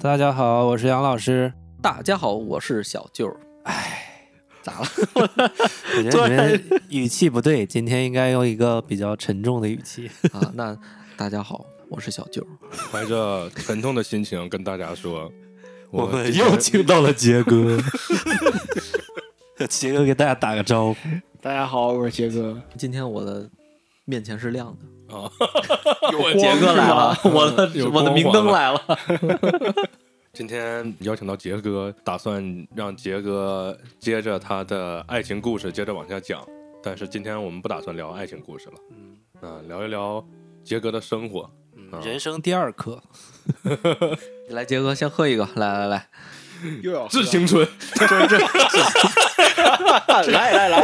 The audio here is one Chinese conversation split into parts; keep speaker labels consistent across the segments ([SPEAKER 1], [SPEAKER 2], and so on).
[SPEAKER 1] 大家好，我是杨老师。
[SPEAKER 2] 大家好，我是小舅。
[SPEAKER 3] 哎
[SPEAKER 1] 我觉得你们语气不对，今天应该用一个比较沉重的语气。
[SPEAKER 3] 啊，那大家好，我是小舅。
[SPEAKER 4] 怀 着沉痛的心情跟大家说，今天
[SPEAKER 1] 又听到了杰哥， 杰哥给大家打个招呼。
[SPEAKER 5] 大家好，我是杰哥。
[SPEAKER 3] 今天我的面前是亮的，
[SPEAKER 4] 啊，
[SPEAKER 3] 我杰哥来了，我的
[SPEAKER 4] 有
[SPEAKER 3] 我的
[SPEAKER 4] 光
[SPEAKER 3] 明
[SPEAKER 4] 环
[SPEAKER 3] 灯
[SPEAKER 4] 了
[SPEAKER 3] 来了。
[SPEAKER 4] 今天邀请到杰哥，打算让杰哥接着他的爱情故事接着往下讲，但是今天我们不打算聊爱情故事了，嗯，啊，聊一聊杰哥的生活。啊
[SPEAKER 1] 嗯人生第二课，
[SPEAKER 3] 来，杰哥先喝一个，来来来，
[SPEAKER 5] 又要
[SPEAKER 4] 致青春，
[SPEAKER 5] 来来来，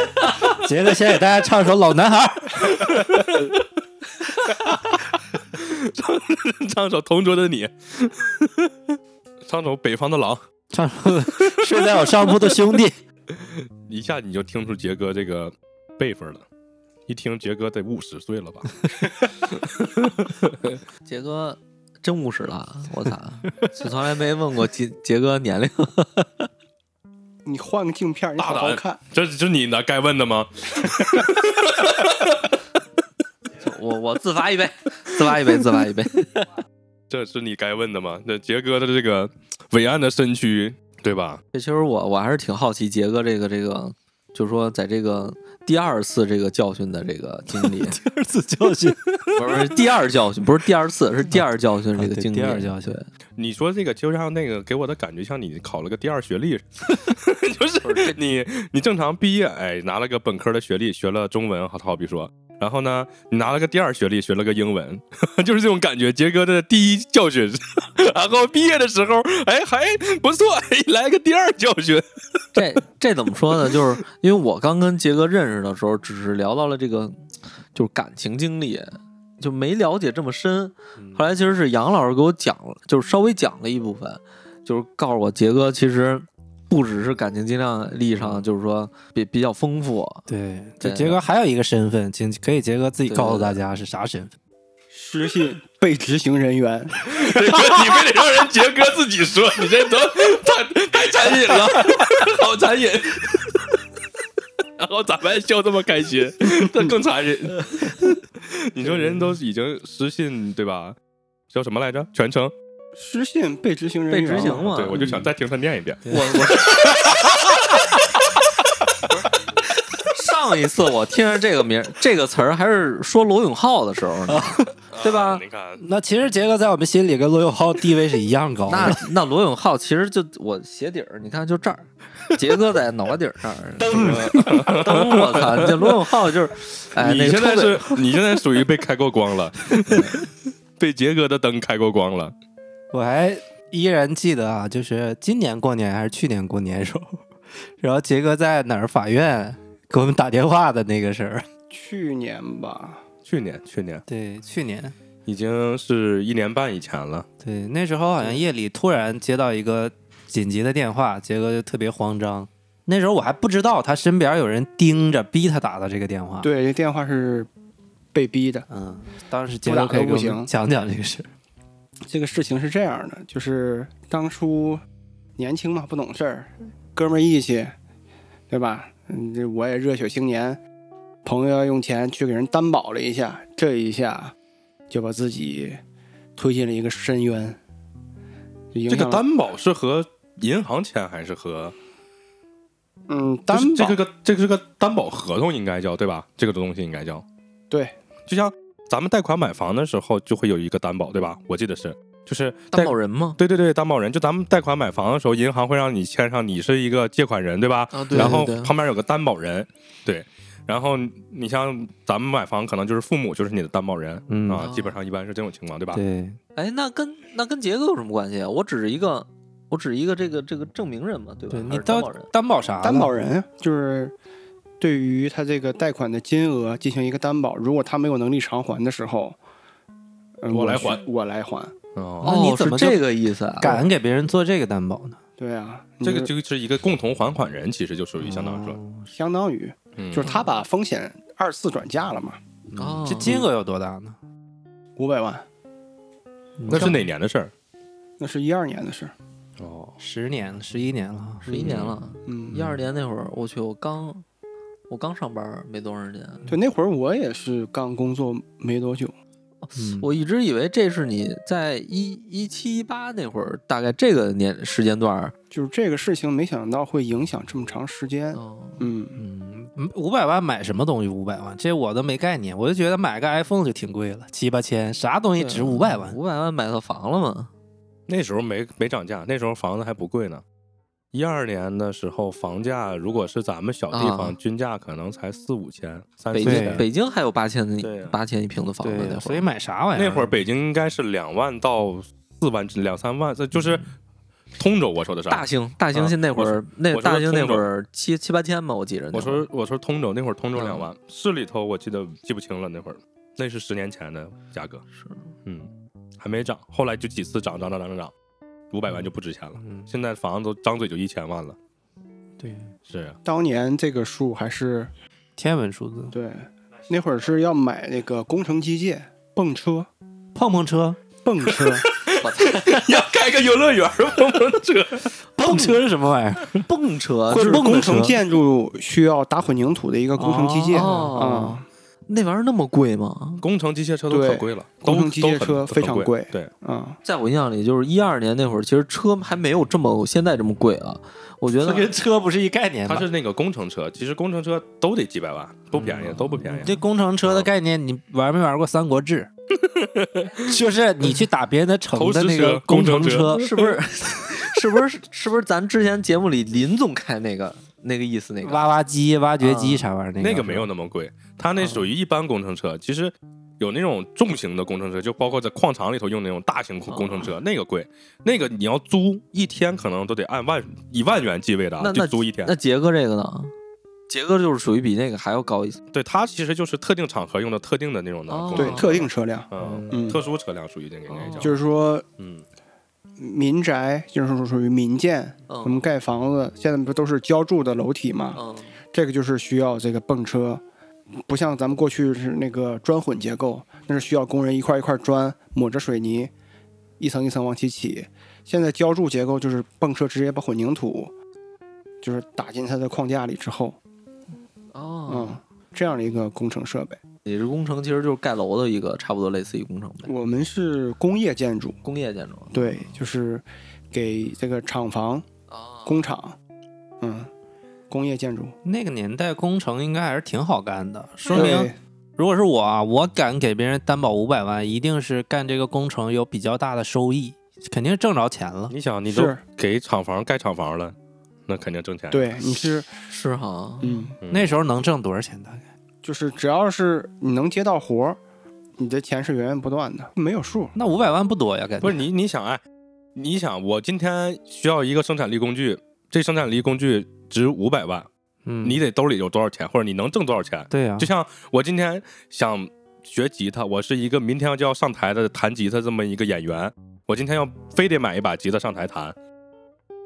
[SPEAKER 1] 杰哥先给大家唱首《老男孩》。
[SPEAKER 4] 唱首《同桌的你》，唱首《北方的狼》，
[SPEAKER 1] 唱首《睡在我上铺的兄弟》。
[SPEAKER 4] 一下你就听出杰哥这个辈分了。一听杰哥得五十岁了吧？
[SPEAKER 3] 杰哥真务实了，啊我 操，就从来没问过杰杰哥年龄。
[SPEAKER 5] 你换个镜片，你好好看。
[SPEAKER 4] 这这是你呢该问的吗？
[SPEAKER 3] 我我自罚一杯， 自罚一杯，自罚一杯。
[SPEAKER 4] 这是你该问的吗？那杰哥的这个伟岸的身躯，对吧？
[SPEAKER 3] 这其实我我还是挺好奇杰哥这个这个，就是说在这个第二次这个教训的这个经 历，
[SPEAKER 1] 第二次教训，
[SPEAKER 3] 不是不是第二教训，不是第二次，是第二教训这
[SPEAKER 1] 啊
[SPEAKER 3] 个
[SPEAKER 1] 对
[SPEAKER 3] 经历。
[SPEAKER 1] 第二教训
[SPEAKER 3] 对
[SPEAKER 4] 你说这个就像那个给我的感觉，像你考了个第二学历， 就是你你正常毕业，哎，拿了个本科的学历，学了中文，好好比说，然后呢，你拿了个第二学历，学了个英文， 就是这种感觉。杰哥的第一教训， 然后毕业的时候，哎，还不错， 哎，来个第二教训，
[SPEAKER 3] 这这怎么说呢？就是因为我刚跟杰哥认识的时候，只是聊到了这个就是感情经历，就没了解这么深。后来其实是杨老师给我讲了，就是稍微讲了一部分，就是告诉我杰哥其实不只是感情经历上，就是说比比较丰富。
[SPEAKER 1] 对，这
[SPEAKER 3] 对
[SPEAKER 1] 杰哥还有一个身份，请可以杰哥自己
[SPEAKER 3] 对
[SPEAKER 1] 告诉
[SPEAKER 3] 对
[SPEAKER 1] 大家是啥身份。
[SPEAKER 5] 失信被执行人员，
[SPEAKER 4] 这个你非得让人杰哥自己说，你这都太太残忍了，好残忍。然后咱们还笑这么开心，这更残忍。 你说人都已经失信对吧？叫什么来着？全程？
[SPEAKER 5] 失信被执行人
[SPEAKER 3] 被
[SPEAKER 5] 员，
[SPEAKER 3] 执行嘛
[SPEAKER 4] 对，我就想再听他念一遍。
[SPEAKER 3] 我我上一次我听着这个名儿这个词儿，还是说罗永浩的时候呢，对吧？
[SPEAKER 4] 你看，
[SPEAKER 1] 那其实杰哥在我们心里跟罗永浩地位是一样高
[SPEAKER 3] 那
[SPEAKER 1] 的。
[SPEAKER 3] 那罗永浩其实就我鞋底儿，你看就这儿，杰哥在脑瓜顶儿 这儿，灯灯，我操！这罗永浩就是，哎，那
[SPEAKER 4] 你
[SPEAKER 3] 个
[SPEAKER 4] 现在
[SPEAKER 3] 抽
[SPEAKER 4] 是，你现在属于被开过光了， 被杰哥的灯开过光了。
[SPEAKER 1] 我还依然记得啊，就是今年过年还是去年过年的时候，然后杰哥在哪儿法院给我们打电话的那个事儿。
[SPEAKER 5] 去年吧，
[SPEAKER 4] 去年，去年
[SPEAKER 1] 对，去年，
[SPEAKER 4] 已经是一年半以前了。
[SPEAKER 1] 对，那时候好像夜里突然接到一个紧急的电话，杰哥就特别慌张。那时候我还不知道他身边有人盯着，逼他打的这个电话。，
[SPEAKER 5] 对，这电话是被逼的。
[SPEAKER 1] 嗯，当时杰哥可以给
[SPEAKER 5] 不打都不
[SPEAKER 1] 我
[SPEAKER 5] 行
[SPEAKER 1] 们讲讲这个事儿。
[SPEAKER 5] 这个事情是这样的，就是当初年轻嘛，不懂事儿，哥们儿义气，对吧？嗯，这我也热血青年，朋友要用钱去给人担保了一下，这一下就把自己推进了一个深渊。就影
[SPEAKER 4] 这
[SPEAKER 5] 响
[SPEAKER 4] 个
[SPEAKER 5] 了
[SPEAKER 4] 担保是和银行签还是和？
[SPEAKER 5] 嗯，担
[SPEAKER 4] 就是
[SPEAKER 5] 保
[SPEAKER 4] 这个个这个是个担保合同，应该叫对吧？这个东西应该叫，
[SPEAKER 5] 对，
[SPEAKER 4] 就像咱们贷款买房的时候就会有一个担保，对吧？我记得是，就是贷
[SPEAKER 3] 担保人吗？
[SPEAKER 4] 对对对，担保人就咱们贷款买房的时候，银行会让你签上你是一个借款人，对吧？
[SPEAKER 3] 啊，
[SPEAKER 4] 然后旁边有个担保人，对。然后你像咱们买房，可能就是父母就是你的担保人、
[SPEAKER 1] 嗯
[SPEAKER 4] 啊，
[SPEAKER 3] 哦
[SPEAKER 4] 基本上一般是这种情况，对吧？
[SPEAKER 1] 对，
[SPEAKER 3] 哎，那跟那跟杰哥有什么关系啊？我只是一个我只一个这个这个证明人嘛，对吧？
[SPEAKER 1] 对
[SPEAKER 3] 还
[SPEAKER 1] 你
[SPEAKER 3] 是担
[SPEAKER 1] 担
[SPEAKER 3] 保人，
[SPEAKER 1] 担保啥呢？
[SPEAKER 5] 担保人啊就是对于他这个贷款的金额进行一个担保，如果他没有能力偿还的时候，嗯
[SPEAKER 4] 我来
[SPEAKER 5] 需
[SPEAKER 4] 还
[SPEAKER 5] 我来还。
[SPEAKER 3] 哦
[SPEAKER 1] 那你怎么
[SPEAKER 3] 是
[SPEAKER 1] 就
[SPEAKER 3] 这个意思啊？
[SPEAKER 1] 敢给别人做这个担保呢？
[SPEAKER 5] 对啊，
[SPEAKER 4] 这个
[SPEAKER 5] 你就
[SPEAKER 4] 就是一个共同还款人，其实就属于相当于说，
[SPEAKER 1] 哦
[SPEAKER 5] 相当于
[SPEAKER 4] 嗯
[SPEAKER 5] 就是他把风险二次转嫁了嘛，
[SPEAKER 3] 哦
[SPEAKER 1] 嗯这金额有多大呢？
[SPEAKER 5] 五百万，
[SPEAKER 4] 那是哪年的事儿？
[SPEAKER 5] 那是一二年的事儿。
[SPEAKER 4] 哦，
[SPEAKER 1] 十年、十一年了，
[SPEAKER 3] 十一年了，
[SPEAKER 5] 嗯
[SPEAKER 3] 一，二年那会儿，我去，我刚我刚上班没多长时间，
[SPEAKER 5] 对，那会儿我也是刚工作没多久，
[SPEAKER 1] 嗯
[SPEAKER 3] 我一直以为这是你在一一七一八那会儿，大概这个年时间段儿。
[SPEAKER 5] 就是这个事情没想到会影响这么长时间。
[SPEAKER 3] 哦，
[SPEAKER 5] 嗯，
[SPEAKER 1] 嗯，五百万买什么东西？五百万，这我都没概念，我就觉得买个 iPhone 就挺贵了，七八千，啥东西值五百万？
[SPEAKER 3] 五百万买套房了嘛？
[SPEAKER 4] 那时候没没涨价，那时候房子还不贵呢。一二年的时候，房价如果是咱们小地方，
[SPEAKER 3] 啊
[SPEAKER 4] 均价可能才四五千、三
[SPEAKER 3] 北
[SPEAKER 4] 四
[SPEAKER 1] 对
[SPEAKER 3] 京
[SPEAKER 4] 千。
[SPEAKER 3] 北京还有八千
[SPEAKER 4] 啊对
[SPEAKER 3] 的
[SPEAKER 4] 呀
[SPEAKER 3] 八千一平的房子
[SPEAKER 1] 对
[SPEAKER 3] 那
[SPEAKER 1] 呀，
[SPEAKER 3] 会
[SPEAKER 1] 所
[SPEAKER 3] 儿
[SPEAKER 1] 以，买啥玩意儿？
[SPEAKER 4] 那会儿北京应该是两万到四万、两三万，这就是通州。我说的是啊
[SPEAKER 3] 大兴大兴现那会儿
[SPEAKER 4] 我
[SPEAKER 3] 那
[SPEAKER 4] 说
[SPEAKER 3] 大兴那
[SPEAKER 4] 通州
[SPEAKER 3] 会儿七七八千吧，我记着那会
[SPEAKER 4] 我
[SPEAKER 3] 儿。嗯
[SPEAKER 4] 说我说通州那会儿通州两万，市里头我记得记不清了那会儿，那是十年前的价格，
[SPEAKER 3] 是
[SPEAKER 4] 嗯，还没涨，后来就几次涨涨涨涨涨，五百万就不值钱了，
[SPEAKER 1] 嗯，
[SPEAKER 4] 现在房子都张嘴就一千万了，
[SPEAKER 1] 对，
[SPEAKER 4] 是啊，
[SPEAKER 5] 当年这个数还是
[SPEAKER 1] 天文数字，
[SPEAKER 5] 对，那会儿是要买那个工程机械、泵车、
[SPEAKER 1] 碰碰车，
[SPEAKER 5] 泵 车。
[SPEAKER 4] 要开个游乐园碰碰车，
[SPEAKER 1] 碰车是什么玩意儿？
[SPEAKER 3] 蹦啊车
[SPEAKER 5] 或者
[SPEAKER 3] 蹦
[SPEAKER 5] 工程建筑需要打混凝土的一个工程机械
[SPEAKER 3] 哦
[SPEAKER 5] 啊，
[SPEAKER 3] 那玩意儿那么贵吗？
[SPEAKER 4] 工程机械车都
[SPEAKER 5] 对
[SPEAKER 4] 可贵了，
[SPEAKER 5] 工程
[SPEAKER 4] 都
[SPEAKER 5] 机械
[SPEAKER 4] 都很
[SPEAKER 5] 车非常
[SPEAKER 4] 很
[SPEAKER 5] 贵
[SPEAKER 4] 对，
[SPEAKER 5] 啊，
[SPEAKER 3] 在我印象里，就是一二年那会儿，其实车还没有这么现在这么贵啊。我觉
[SPEAKER 1] 这
[SPEAKER 3] 得
[SPEAKER 1] 跟车不是一概念吧
[SPEAKER 4] 它是那个工程车，其实工程车都得几百万，不便
[SPEAKER 5] 嗯
[SPEAKER 4] 宜，都不便宜，
[SPEAKER 1] 这工程车的概念，你玩没玩过《三国志》？就是你去打别人的城的那个
[SPEAKER 4] 投
[SPEAKER 1] 工
[SPEAKER 4] 石车
[SPEAKER 1] 程车，
[SPEAKER 3] 呃是不是 是不是是不是咱之前节目里林总开那个那个意思那个？
[SPEAKER 1] 挖挖机、挖掘机啥玩意儿？那
[SPEAKER 4] 那
[SPEAKER 1] 个
[SPEAKER 4] 个没有那么贵，它
[SPEAKER 5] 嗯
[SPEAKER 4] 那属于一般工程车。其实有那种重型的工程车，就包括在矿场里头用那种大型工
[SPEAKER 5] 哦
[SPEAKER 4] 工程车，那个贵，那个你要租一天可能都得按万以万元计位的啊，
[SPEAKER 3] 那
[SPEAKER 4] 就
[SPEAKER 3] 那
[SPEAKER 4] 租一天
[SPEAKER 3] 那。杰哥这个呢？杰哥就是属于比那个还要高一些。
[SPEAKER 4] 对，它其实就是特定场合用的特定的那种的
[SPEAKER 3] 哦
[SPEAKER 4] 工程
[SPEAKER 5] 对
[SPEAKER 4] 车，
[SPEAKER 5] 特定车辆，
[SPEAKER 4] 嗯，
[SPEAKER 5] 嗯，哦
[SPEAKER 4] 特殊车辆属于那个应该叫，
[SPEAKER 5] 就是说
[SPEAKER 4] 嗯，
[SPEAKER 5] 民宅就是属于民建，我们
[SPEAKER 3] 嗯
[SPEAKER 5] 盖房子现在不都是浇筑的楼体嘛，
[SPEAKER 3] 嗯
[SPEAKER 5] 这个就是需要这个泵车。不像咱们过去是那个砖混结构，那是需要工人一块一块砖抹着水泥，一层一层往起起。现在浇筑结构就是泵车直接把混凝土，就是打进它的框架里之后，
[SPEAKER 3] 哦
[SPEAKER 5] 嗯，，这样的一个工程设备。
[SPEAKER 3] 你这工程其实就是盖楼的一个，差不多类似于工程呗，
[SPEAKER 5] 我们是工业建筑，
[SPEAKER 3] 工业建筑。
[SPEAKER 5] 对，就是给这个厂房、
[SPEAKER 3] 啊，
[SPEAKER 5] 工厂，嗯，工业建筑。
[SPEAKER 1] 那个年代工程应该还是挺好干的，说明
[SPEAKER 5] 对，
[SPEAKER 1] 如果是我啊，我敢给别人担保五百万，一定是干这个工程有比较大的收益，肯定挣着钱了。
[SPEAKER 4] 你想你都
[SPEAKER 5] 是，
[SPEAKER 4] 给厂房盖厂房了，那肯定挣钱。，
[SPEAKER 5] 对，你是，
[SPEAKER 3] 是哈，
[SPEAKER 5] 嗯，
[SPEAKER 1] 那时候能挣多少钱？大概
[SPEAKER 5] 就是只要是你能接到活儿，你的钱是源源不断的，没有数。
[SPEAKER 1] 那五百万不多呀，感觉
[SPEAKER 4] 不是你，你想哎，你想我今天需要一个生产力工具，这生产力工具值五百万，
[SPEAKER 1] 嗯，
[SPEAKER 4] 你得兜里有多少钱，或者你能挣多少
[SPEAKER 3] 啊
[SPEAKER 4] 钱。
[SPEAKER 1] 对呀、啊
[SPEAKER 4] 就像我今天想学吉他，我是一个明天就要上台的弹吉他这么一个演员，我今天要非得买一把吉他上台弹，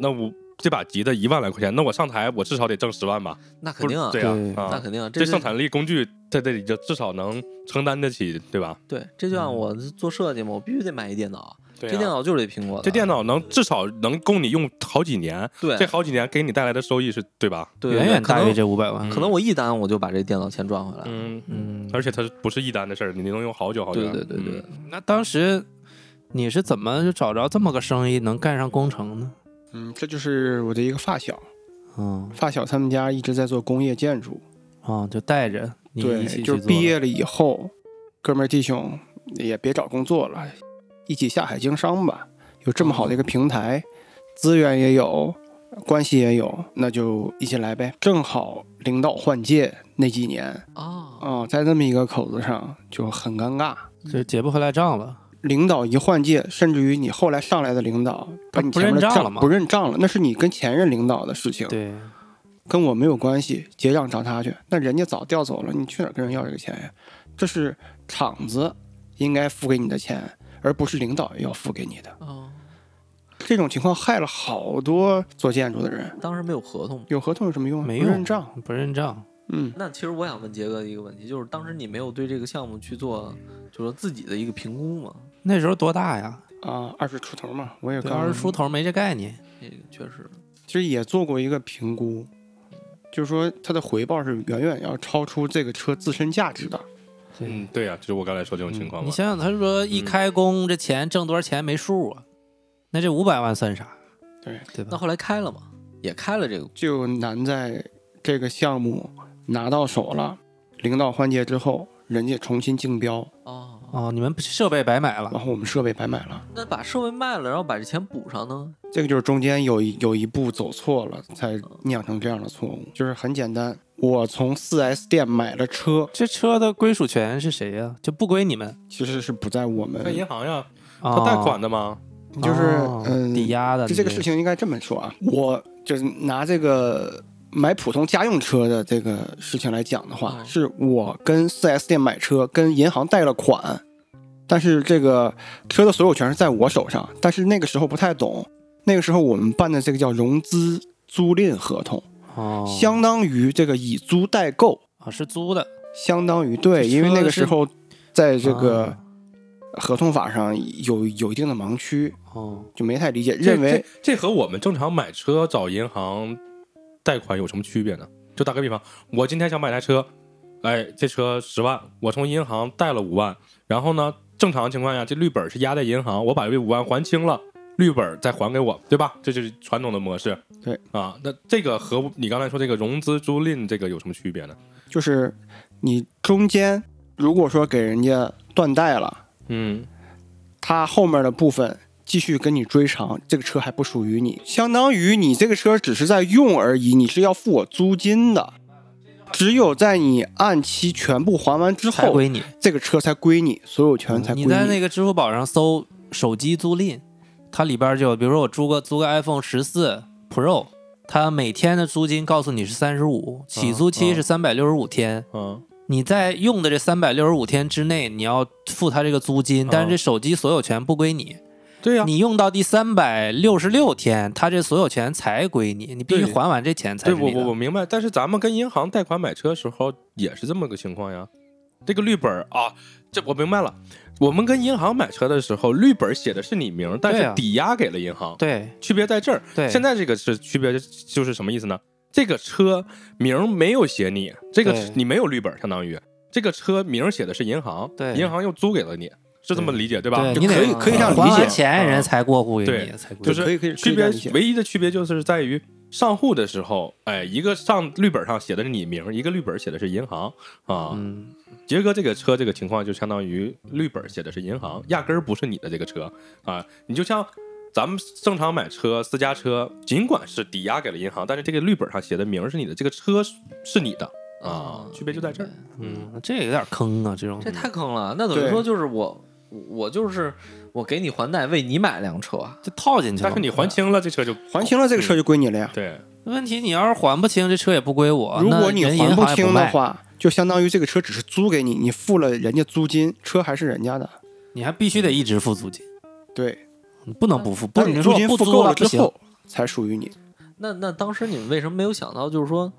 [SPEAKER 4] 那我这把吉他一万来块钱，那我上台我至少得挣十万吧？
[SPEAKER 3] 那肯定啊
[SPEAKER 4] 不，是对
[SPEAKER 1] 对
[SPEAKER 4] 啊，
[SPEAKER 3] 那
[SPEAKER 4] 啊，
[SPEAKER 3] 肯定啊，
[SPEAKER 4] 这
[SPEAKER 3] 是
[SPEAKER 4] 生产力工具在这里就至少能承担得起，对吧？
[SPEAKER 3] 对，这就像我做设计嘛，我必须得买一电脑，
[SPEAKER 4] 嗯对啊
[SPEAKER 3] 这电脑就是得苹果的，
[SPEAKER 4] 这电脑能至少能供你用好几年，
[SPEAKER 3] 对
[SPEAKER 4] 这好几年给你带来的收益是对吧？
[SPEAKER 3] 对
[SPEAKER 1] 远远大于。这五百
[SPEAKER 3] 对
[SPEAKER 1] 万。
[SPEAKER 3] 呃可能可能我一单我就把这电脑钱赚回来了，
[SPEAKER 4] 嗯，
[SPEAKER 1] 嗯，
[SPEAKER 4] 而且它不是一单的事儿，你能用好久好久。
[SPEAKER 3] 对对对对
[SPEAKER 4] 嗯，，
[SPEAKER 1] 那当时你是怎么就找着这么个生意能干上工程呢？
[SPEAKER 5] 嗯，这就是我的一个发小，
[SPEAKER 1] 嗯
[SPEAKER 5] 发小他们家一直在做工业建筑，
[SPEAKER 1] 啊，就带着你
[SPEAKER 5] 对
[SPEAKER 1] 一起，去
[SPEAKER 5] 就是
[SPEAKER 1] 做
[SPEAKER 5] 毕
[SPEAKER 1] 了
[SPEAKER 5] 业了以后，哥们儿弟兄也别找工作了，一起下海经商吧。有这么好的一
[SPEAKER 1] 哦
[SPEAKER 5] 个平台，资源也有，关系也有，那就一起来呗。正好领导换届那几年
[SPEAKER 3] 哦，
[SPEAKER 5] 啊、在这么一个口子上就很尴尬。
[SPEAKER 1] 就结不回来账了。
[SPEAKER 5] 领导一换届，甚至于你后来上来的领导把你
[SPEAKER 1] 不
[SPEAKER 5] 前面的
[SPEAKER 1] 认账了
[SPEAKER 5] 账
[SPEAKER 1] 吗
[SPEAKER 5] 不认账了，那是你跟前任领导的事情，
[SPEAKER 1] 对，
[SPEAKER 5] 跟我没有关系，结账找他去。那人家早调走了，你去哪儿跟人要这个钱呀？这是厂子应该付给你的钱，而不是领导要付给你的。
[SPEAKER 3] 哦，
[SPEAKER 5] 这种情况害了好多做建筑的人。
[SPEAKER 3] 当时没有合同。
[SPEAKER 5] 有合同有什么用啊？
[SPEAKER 1] 没
[SPEAKER 5] 不
[SPEAKER 1] 用
[SPEAKER 5] 认账。
[SPEAKER 1] 不认账，
[SPEAKER 5] 嗯，
[SPEAKER 3] 那其实我想问杰哥一个问题，就是当时你没有对这个项目去做，就是说自己的一个评估吗？
[SPEAKER 1] 那时候多大呀？
[SPEAKER 5] 啊，二十出头嘛，我也
[SPEAKER 1] 对
[SPEAKER 5] 刚
[SPEAKER 1] 二十出头没这概念。
[SPEAKER 3] 这个确实，
[SPEAKER 5] 其实也做过一个评估，就是说它的回报是远远要超出这个车自身价值的。
[SPEAKER 4] 嗯，对呀、就是我刚才说这种情况
[SPEAKER 1] 嗯你
[SPEAKER 4] 嘛。
[SPEAKER 1] 想想，他说
[SPEAKER 5] 嗯
[SPEAKER 1] 一开工这钱挣多少钱没数啊？那这五百万算啥？
[SPEAKER 5] 对
[SPEAKER 1] 对
[SPEAKER 3] 那
[SPEAKER 1] 吧？
[SPEAKER 3] 后来开了吗？也开了这个，
[SPEAKER 5] 就难在这个项目拿到手了，领导换届之后，人家重新竞标，
[SPEAKER 3] 哦，
[SPEAKER 1] 哦，你们设备白买了
[SPEAKER 5] 然后我们设备白买了。
[SPEAKER 3] 那把设备卖了，然后把这钱补上呢？
[SPEAKER 5] 这个就是中间有一有一步走错了，才酿成这样的错误。就是很简单，我从 4S 店买了车，
[SPEAKER 1] 这车的归属权是谁呀、就不归你们。
[SPEAKER 5] 其实是不在我们，
[SPEAKER 4] 看银行呀，
[SPEAKER 1] 哦、
[SPEAKER 4] 他贷款的吗？
[SPEAKER 5] 就是
[SPEAKER 1] 哎哦
[SPEAKER 5] 嗯，
[SPEAKER 1] 抵押的。
[SPEAKER 5] 就这个事情应该这么说啊，我就是拿这个买普通家用车的这个事情来讲的话，
[SPEAKER 3] 嗯
[SPEAKER 5] 是我跟 4S 店买车，跟银行贷了款，但是这个车的所有权是在我手上，但是那个时候不太懂，那个时候我们办的这个叫融资租赁合同，
[SPEAKER 1] 哦，
[SPEAKER 5] 相当于这个以租代购，
[SPEAKER 1] 啊是租的，
[SPEAKER 5] 相当于对，
[SPEAKER 1] 这
[SPEAKER 5] 因为
[SPEAKER 1] 车
[SPEAKER 5] 那个
[SPEAKER 1] 是
[SPEAKER 5] 时候在这个
[SPEAKER 1] 啊
[SPEAKER 5] 合同法上有有一定的盲区，
[SPEAKER 1] 哦，
[SPEAKER 5] 就没太理解，
[SPEAKER 4] 这
[SPEAKER 5] 认为
[SPEAKER 4] 这这和我们正常买车找银行贷款有什么区别呢？就打个比方，我今天想买台车，哎，这车十万，我从银行贷了五万，然后呢，正常情况下这绿本是压在银行，我把这五万还清了。绿本再还给我，对吧？这就是传统的模式。
[SPEAKER 5] 对
[SPEAKER 4] 啊，那这个和你刚才说这个融资租赁这个有什么区别呢？
[SPEAKER 5] 就是你中间如果说给人家断贷了，
[SPEAKER 4] 嗯，
[SPEAKER 5] 他后面的部分继续跟你追偿，这个车还不属于你，相当于你这个车只是在用而已，你是要付我租金的。只有在你按期全部还完之
[SPEAKER 1] 才
[SPEAKER 5] 后，
[SPEAKER 1] 归你。嗯
[SPEAKER 5] 这个车才归你，所有权才归
[SPEAKER 1] 你在那个支付宝上搜手机租赁，它里边就有，比如说我租个租个 iPhone 十四 Pro，它每天的租金告诉你是三十
[SPEAKER 5] 嗯
[SPEAKER 1] 五，起租期是三百六十五天。
[SPEAKER 4] 啊，
[SPEAKER 1] 你在用的这三百六十五天之内，你要付它这个租金，
[SPEAKER 5] 哦
[SPEAKER 1] 但是这手机所有权不归你。
[SPEAKER 4] 对
[SPEAKER 5] 啊
[SPEAKER 4] 呀、
[SPEAKER 1] 你用到第三百六十六天，它这所有权才归你，你必须
[SPEAKER 4] 对
[SPEAKER 1] 还完这钱才
[SPEAKER 4] 对，
[SPEAKER 1] 是
[SPEAKER 4] 我
[SPEAKER 1] 你
[SPEAKER 4] 我我
[SPEAKER 1] 的。
[SPEAKER 4] 明白，但是咱们跟银行贷款买车的时候也是这么个情况呀。这个绿本儿啊，这我明白了。我们跟银行买车的时候，绿本儿写的是你名儿，但
[SPEAKER 1] 对
[SPEAKER 4] 是
[SPEAKER 1] 啊
[SPEAKER 4] 抵押给了银行，
[SPEAKER 1] 对
[SPEAKER 4] 区别在这儿。
[SPEAKER 1] 对，
[SPEAKER 4] 现在这个是区别，就是什么意思呢？这个车名儿没有写你，这个
[SPEAKER 1] 对
[SPEAKER 4] 你没有绿本儿，相当于这个车名儿写的是银行，
[SPEAKER 1] 对
[SPEAKER 4] 银行又租给了你，是这么理解对吧？
[SPEAKER 1] 对
[SPEAKER 4] 就
[SPEAKER 1] 你得
[SPEAKER 5] 可以可以这样理
[SPEAKER 1] 还完
[SPEAKER 5] 解嗯
[SPEAKER 1] 钱人
[SPEAKER 4] 啊
[SPEAKER 1] 家才过户给
[SPEAKER 4] 对
[SPEAKER 1] 你，才归
[SPEAKER 4] 就
[SPEAKER 1] 你
[SPEAKER 4] 是
[SPEAKER 5] 可以可以可以
[SPEAKER 4] 区
[SPEAKER 5] 这
[SPEAKER 4] 别
[SPEAKER 5] 样理解
[SPEAKER 4] 唯一的区别就是在于上户的时候，哎，一个上绿本上写的是你名儿，一个绿本写的是银行啊。
[SPEAKER 1] 嗯。
[SPEAKER 4] 杰哥这个车这个情况就相当于绿本写的是银行，压根儿不是你的这个车啊。你就像咱们正常买车，私家车尽管是抵押给了银行，但是这个绿本上写的名儿是你的，这个车是是你的啊，
[SPEAKER 5] 哦
[SPEAKER 4] 区别就在这儿。
[SPEAKER 1] 嗯，这有点坑啊，这种
[SPEAKER 3] 这太坑了。那等
[SPEAKER 5] 嗯
[SPEAKER 3] 于
[SPEAKER 5] 对
[SPEAKER 3] 说就是我，我就是我给你还贷，为你买辆车，啊
[SPEAKER 1] 就套进去了。
[SPEAKER 4] 但是你还清了，这车就嗯
[SPEAKER 5] 还清了，这个车就归你了呀。
[SPEAKER 4] 对，
[SPEAKER 1] 问题，你要是还不清，这车也不归我。
[SPEAKER 5] 如果你
[SPEAKER 1] 哦那人
[SPEAKER 5] 还
[SPEAKER 1] 银行也
[SPEAKER 5] 清的
[SPEAKER 1] 卖，
[SPEAKER 5] 话，就相当于这个车只是租给你，你付了人家租金，车还是人家的。
[SPEAKER 1] 你还必须得一直付租金，
[SPEAKER 5] 对，
[SPEAKER 1] 你不能不付。不
[SPEAKER 5] 当
[SPEAKER 1] 是
[SPEAKER 5] 你
[SPEAKER 1] 你
[SPEAKER 5] 租
[SPEAKER 1] 说
[SPEAKER 5] 金
[SPEAKER 1] 我
[SPEAKER 5] 付
[SPEAKER 1] 不租
[SPEAKER 5] 够了
[SPEAKER 1] 不
[SPEAKER 5] 之
[SPEAKER 1] 行。
[SPEAKER 5] 后，才属于你。
[SPEAKER 3] 那那当时你们为什么没有想到，就是说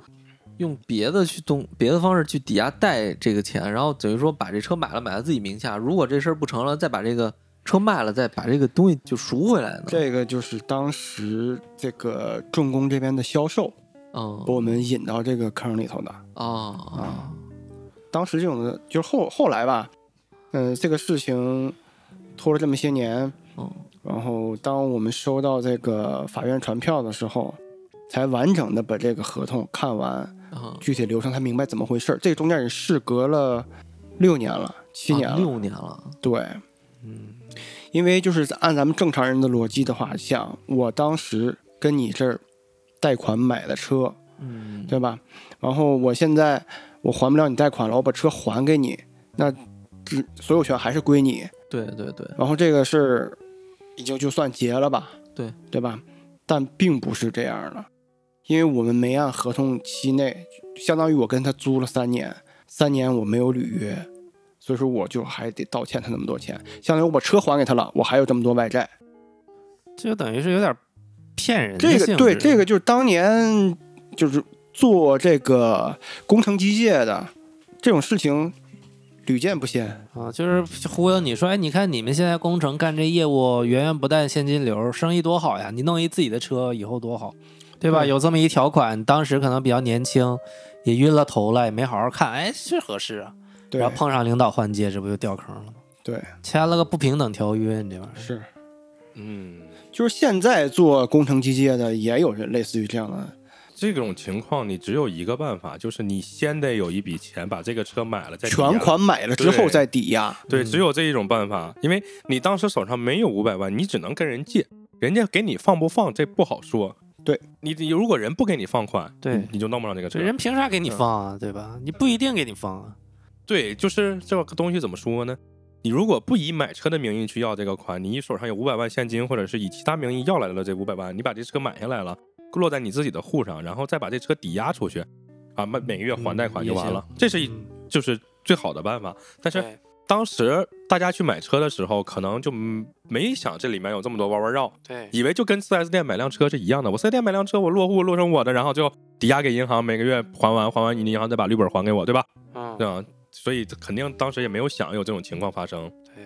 [SPEAKER 3] 用别的去动别的方式去抵押贷这个钱，然后等于说把这车买了，买到自己名下，如果这事儿不成了，再把这个车卖了，再把这个东西就赎回来呢？
[SPEAKER 5] 这个就是当时这个重工这边的销售
[SPEAKER 3] 嗯
[SPEAKER 5] 把我们引到这个坑里头的。
[SPEAKER 3] 哦，
[SPEAKER 5] 啊当时这种的，就是后后来吧，嗯、这个事情拖了这么些年，
[SPEAKER 3] 嗯，
[SPEAKER 5] 然后当我们收到这个法院传票的时候，才完整的把这个合同看完，
[SPEAKER 3] 嗯，
[SPEAKER 5] 具体流程才明白怎么回事儿。这中间也是隔了六年了，七年
[SPEAKER 3] 啊
[SPEAKER 5] 了，
[SPEAKER 3] 六年了，
[SPEAKER 5] 对，嗯，因为就是按咱们正常人的逻辑的话，想我当时跟你这儿贷款买的车，
[SPEAKER 3] 嗯，
[SPEAKER 5] 对吧？然后我现在我还不了你贷款了，我把车还给你，那只所有权还是归你。
[SPEAKER 3] 对对对，
[SPEAKER 5] 然后这个是已经就算结了吧？
[SPEAKER 3] 对
[SPEAKER 5] 对吧？但并不是这样的，因为我们没按合同期内，相当于我跟他租了三年，三年我没有履约，所以说我就还得倒欠他那么多钱，相当于我把车还给他了，我还有这么多外债。
[SPEAKER 1] 这就等于是有点骗人的
[SPEAKER 5] 这
[SPEAKER 1] 性
[SPEAKER 5] 个
[SPEAKER 1] 质。
[SPEAKER 5] 对，这个就是当年就是做这个工程机械的这种事情屡见不鲜。
[SPEAKER 1] 啊，就是忽悠你说，哎，你看你们现在工程干这业务，源源不断现金流，生意多好呀！你弄一自己的车，以后多好，对吧？
[SPEAKER 5] 对
[SPEAKER 1] 有这么一条款，当时可能比较年轻，也晕了头了，也没好好看，哎，是合适啊。
[SPEAKER 5] 对
[SPEAKER 1] 然后碰上领导换届，这不就掉坑了吗？
[SPEAKER 5] 对，
[SPEAKER 1] 签了个不平等条约，你这玩意儿。
[SPEAKER 5] 是，
[SPEAKER 4] 嗯，
[SPEAKER 5] 就是现在做工程机械的也有类似于这样的，
[SPEAKER 4] 这种情况你只有一个办法，就是你先得有一笔钱把这个车买了，再抵押
[SPEAKER 5] 全款买了之后
[SPEAKER 4] 对
[SPEAKER 5] 再抵押。
[SPEAKER 4] 对，只有这一种办法，因为你当时手上没有五百万，你只能跟人借，人家给你放不放这不好说。
[SPEAKER 5] 对
[SPEAKER 4] 你，你如果人不给你放款，
[SPEAKER 1] 对，
[SPEAKER 4] 你就弄不上这个
[SPEAKER 1] 嗯
[SPEAKER 4] 车
[SPEAKER 1] 这。人凭啥给你
[SPEAKER 4] 嗯
[SPEAKER 1] 放啊？对吧？你不一定给你放啊。
[SPEAKER 4] 对，就是这个东西怎么说呢？你如果不以买车的名义去要这个款，你手上有五百万现金，或者是以其他名义要来了这五百万，你把这车买下来了，落在你自己的户上，然后再把这车抵押出去，啊，每每个月还贷款
[SPEAKER 1] 嗯
[SPEAKER 4] 就
[SPEAKER 1] 也
[SPEAKER 4] 完
[SPEAKER 1] 行
[SPEAKER 4] 了。这是一
[SPEAKER 1] 嗯
[SPEAKER 4] 就是最好的办法。但是当时大家去买车的时候，可能就嗯没想这里面有这么多弯弯绕，
[SPEAKER 1] 对
[SPEAKER 4] 以为就跟 4S 店买辆车是一样的。我 4S 店买辆车，我落户落成我的，然后就抵押给银行，每个月还完，还完银行再把绿本还给我，对吧？
[SPEAKER 1] 嗯
[SPEAKER 4] 对啊，所以肯定当时也没有想有这种情况发生。
[SPEAKER 1] 对，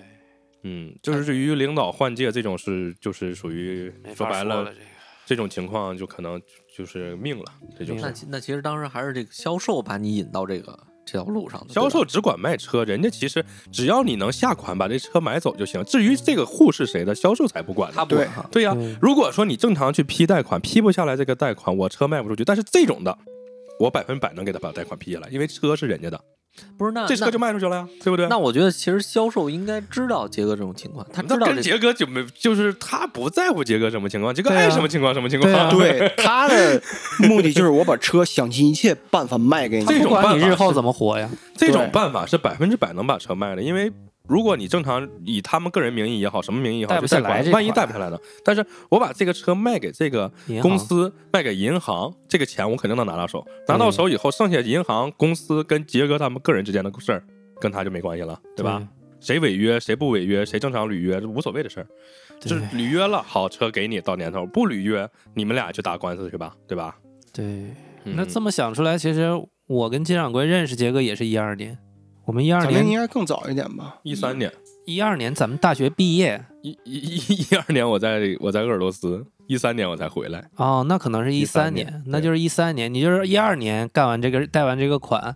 [SPEAKER 4] 嗯，就是对于领导换届这种事，就是属于说白了，这种情况就可能就是命了，这就
[SPEAKER 1] 命
[SPEAKER 4] 是
[SPEAKER 3] 那。其那其实当时还是这个销售把你引到这个这条路上的，
[SPEAKER 4] 销售
[SPEAKER 3] 对吧
[SPEAKER 4] 只管卖车，人家其实只要你能下款把这车买走就行。至于这个户是谁的，销售才不管呢。
[SPEAKER 3] 他不管
[SPEAKER 5] 对
[SPEAKER 3] 哈
[SPEAKER 4] 对呀、
[SPEAKER 1] 对
[SPEAKER 4] 如果说你正常去批贷款，批不下来这个贷款，我车卖不出去。但是这种的，我百分百能给他把贷款批下来，因为车是人家的，
[SPEAKER 3] 不是那
[SPEAKER 4] 这车就
[SPEAKER 3] 嗯那
[SPEAKER 4] 卖出去了呀，对不 对？
[SPEAKER 3] 那我觉得其实销售应该知道杰哥这种情况，他
[SPEAKER 4] 那
[SPEAKER 3] 知道
[SPEAKER 4] 跟
[SPEAKER 3] 这
[SPEAKER 4] 杰哥就没，就是他不在乎杰哥什么情况，杰哥爱什么情况、什么情况。
[SPEAKER 1] 对啊
[SPEAKER 5] 对，他的目的就是我把车想尽一切办法卖 给你。
[SPEAKER 4] 这
[SPEAKER 1] 不
[SPEAKER 4] 种办法
[SPEAKER 1] 管你日后
[SPEAKER 4] 是
[SPEAKER 1] 怎么活呀，
[SPEAKER 4] 这种
[SPEAKER 5] 对
[SPEAKER 4] 办法是百分之百能把车卖的，因为如果你正常以他们个人名义也好，什么名义也好，
[SPEAKER 1] 贷不下
[SPEAKER 4] 就贷款
[SPEAKER 1] 来这
[SPEAKER 4] 万一
[SPEAKER 1] 款
[SPEAKER 4] 贷不下来呢？但是我把这个车卖给这个
[SPEAKER 1] 银行
[SPEAKER 4] 公司卖给银行，这个钱我肯定能拿到手。拿到手以后，剩下银行、公司跟杰哥他们个人之间的事儿，跟他就没关系了，对吧？？谁违约，谁不违约，谁正常履约，这无所谓的事儿。
[SPEAKER 1] 对
[SPEAKER 4] 就是履约了，好车给你到年头；不履约，你们俩去打官司去吧，对吧？
[SPEAKER 1] 对，
[SPEAKER 4] 嗯
[SPEAKER 1] 那这么想出来，其实我跟金掌柜认识杰哥也是一二年，我们一二
[SPEAKER 5] 咱们应
[SPEAKER 1] 年
[SPEAKER 5] 该更早一点吧？
[SPEAKER 4] 嗯一三年，
[SPEAKER 1] 一二年咱们大学毕业
[SPEAKER 4] 一一一一二年我在我在鄂尔多斯，一三年我才回来。
[SPEAKER 1] 哦，那可能是一
[SPEAKER 4] 13
[SPEAKER 1] 三
[SPEAKER 4] 年
[SPEAKER 1] 年，那就是一三年，你就是一二年干完这个贷完这个款，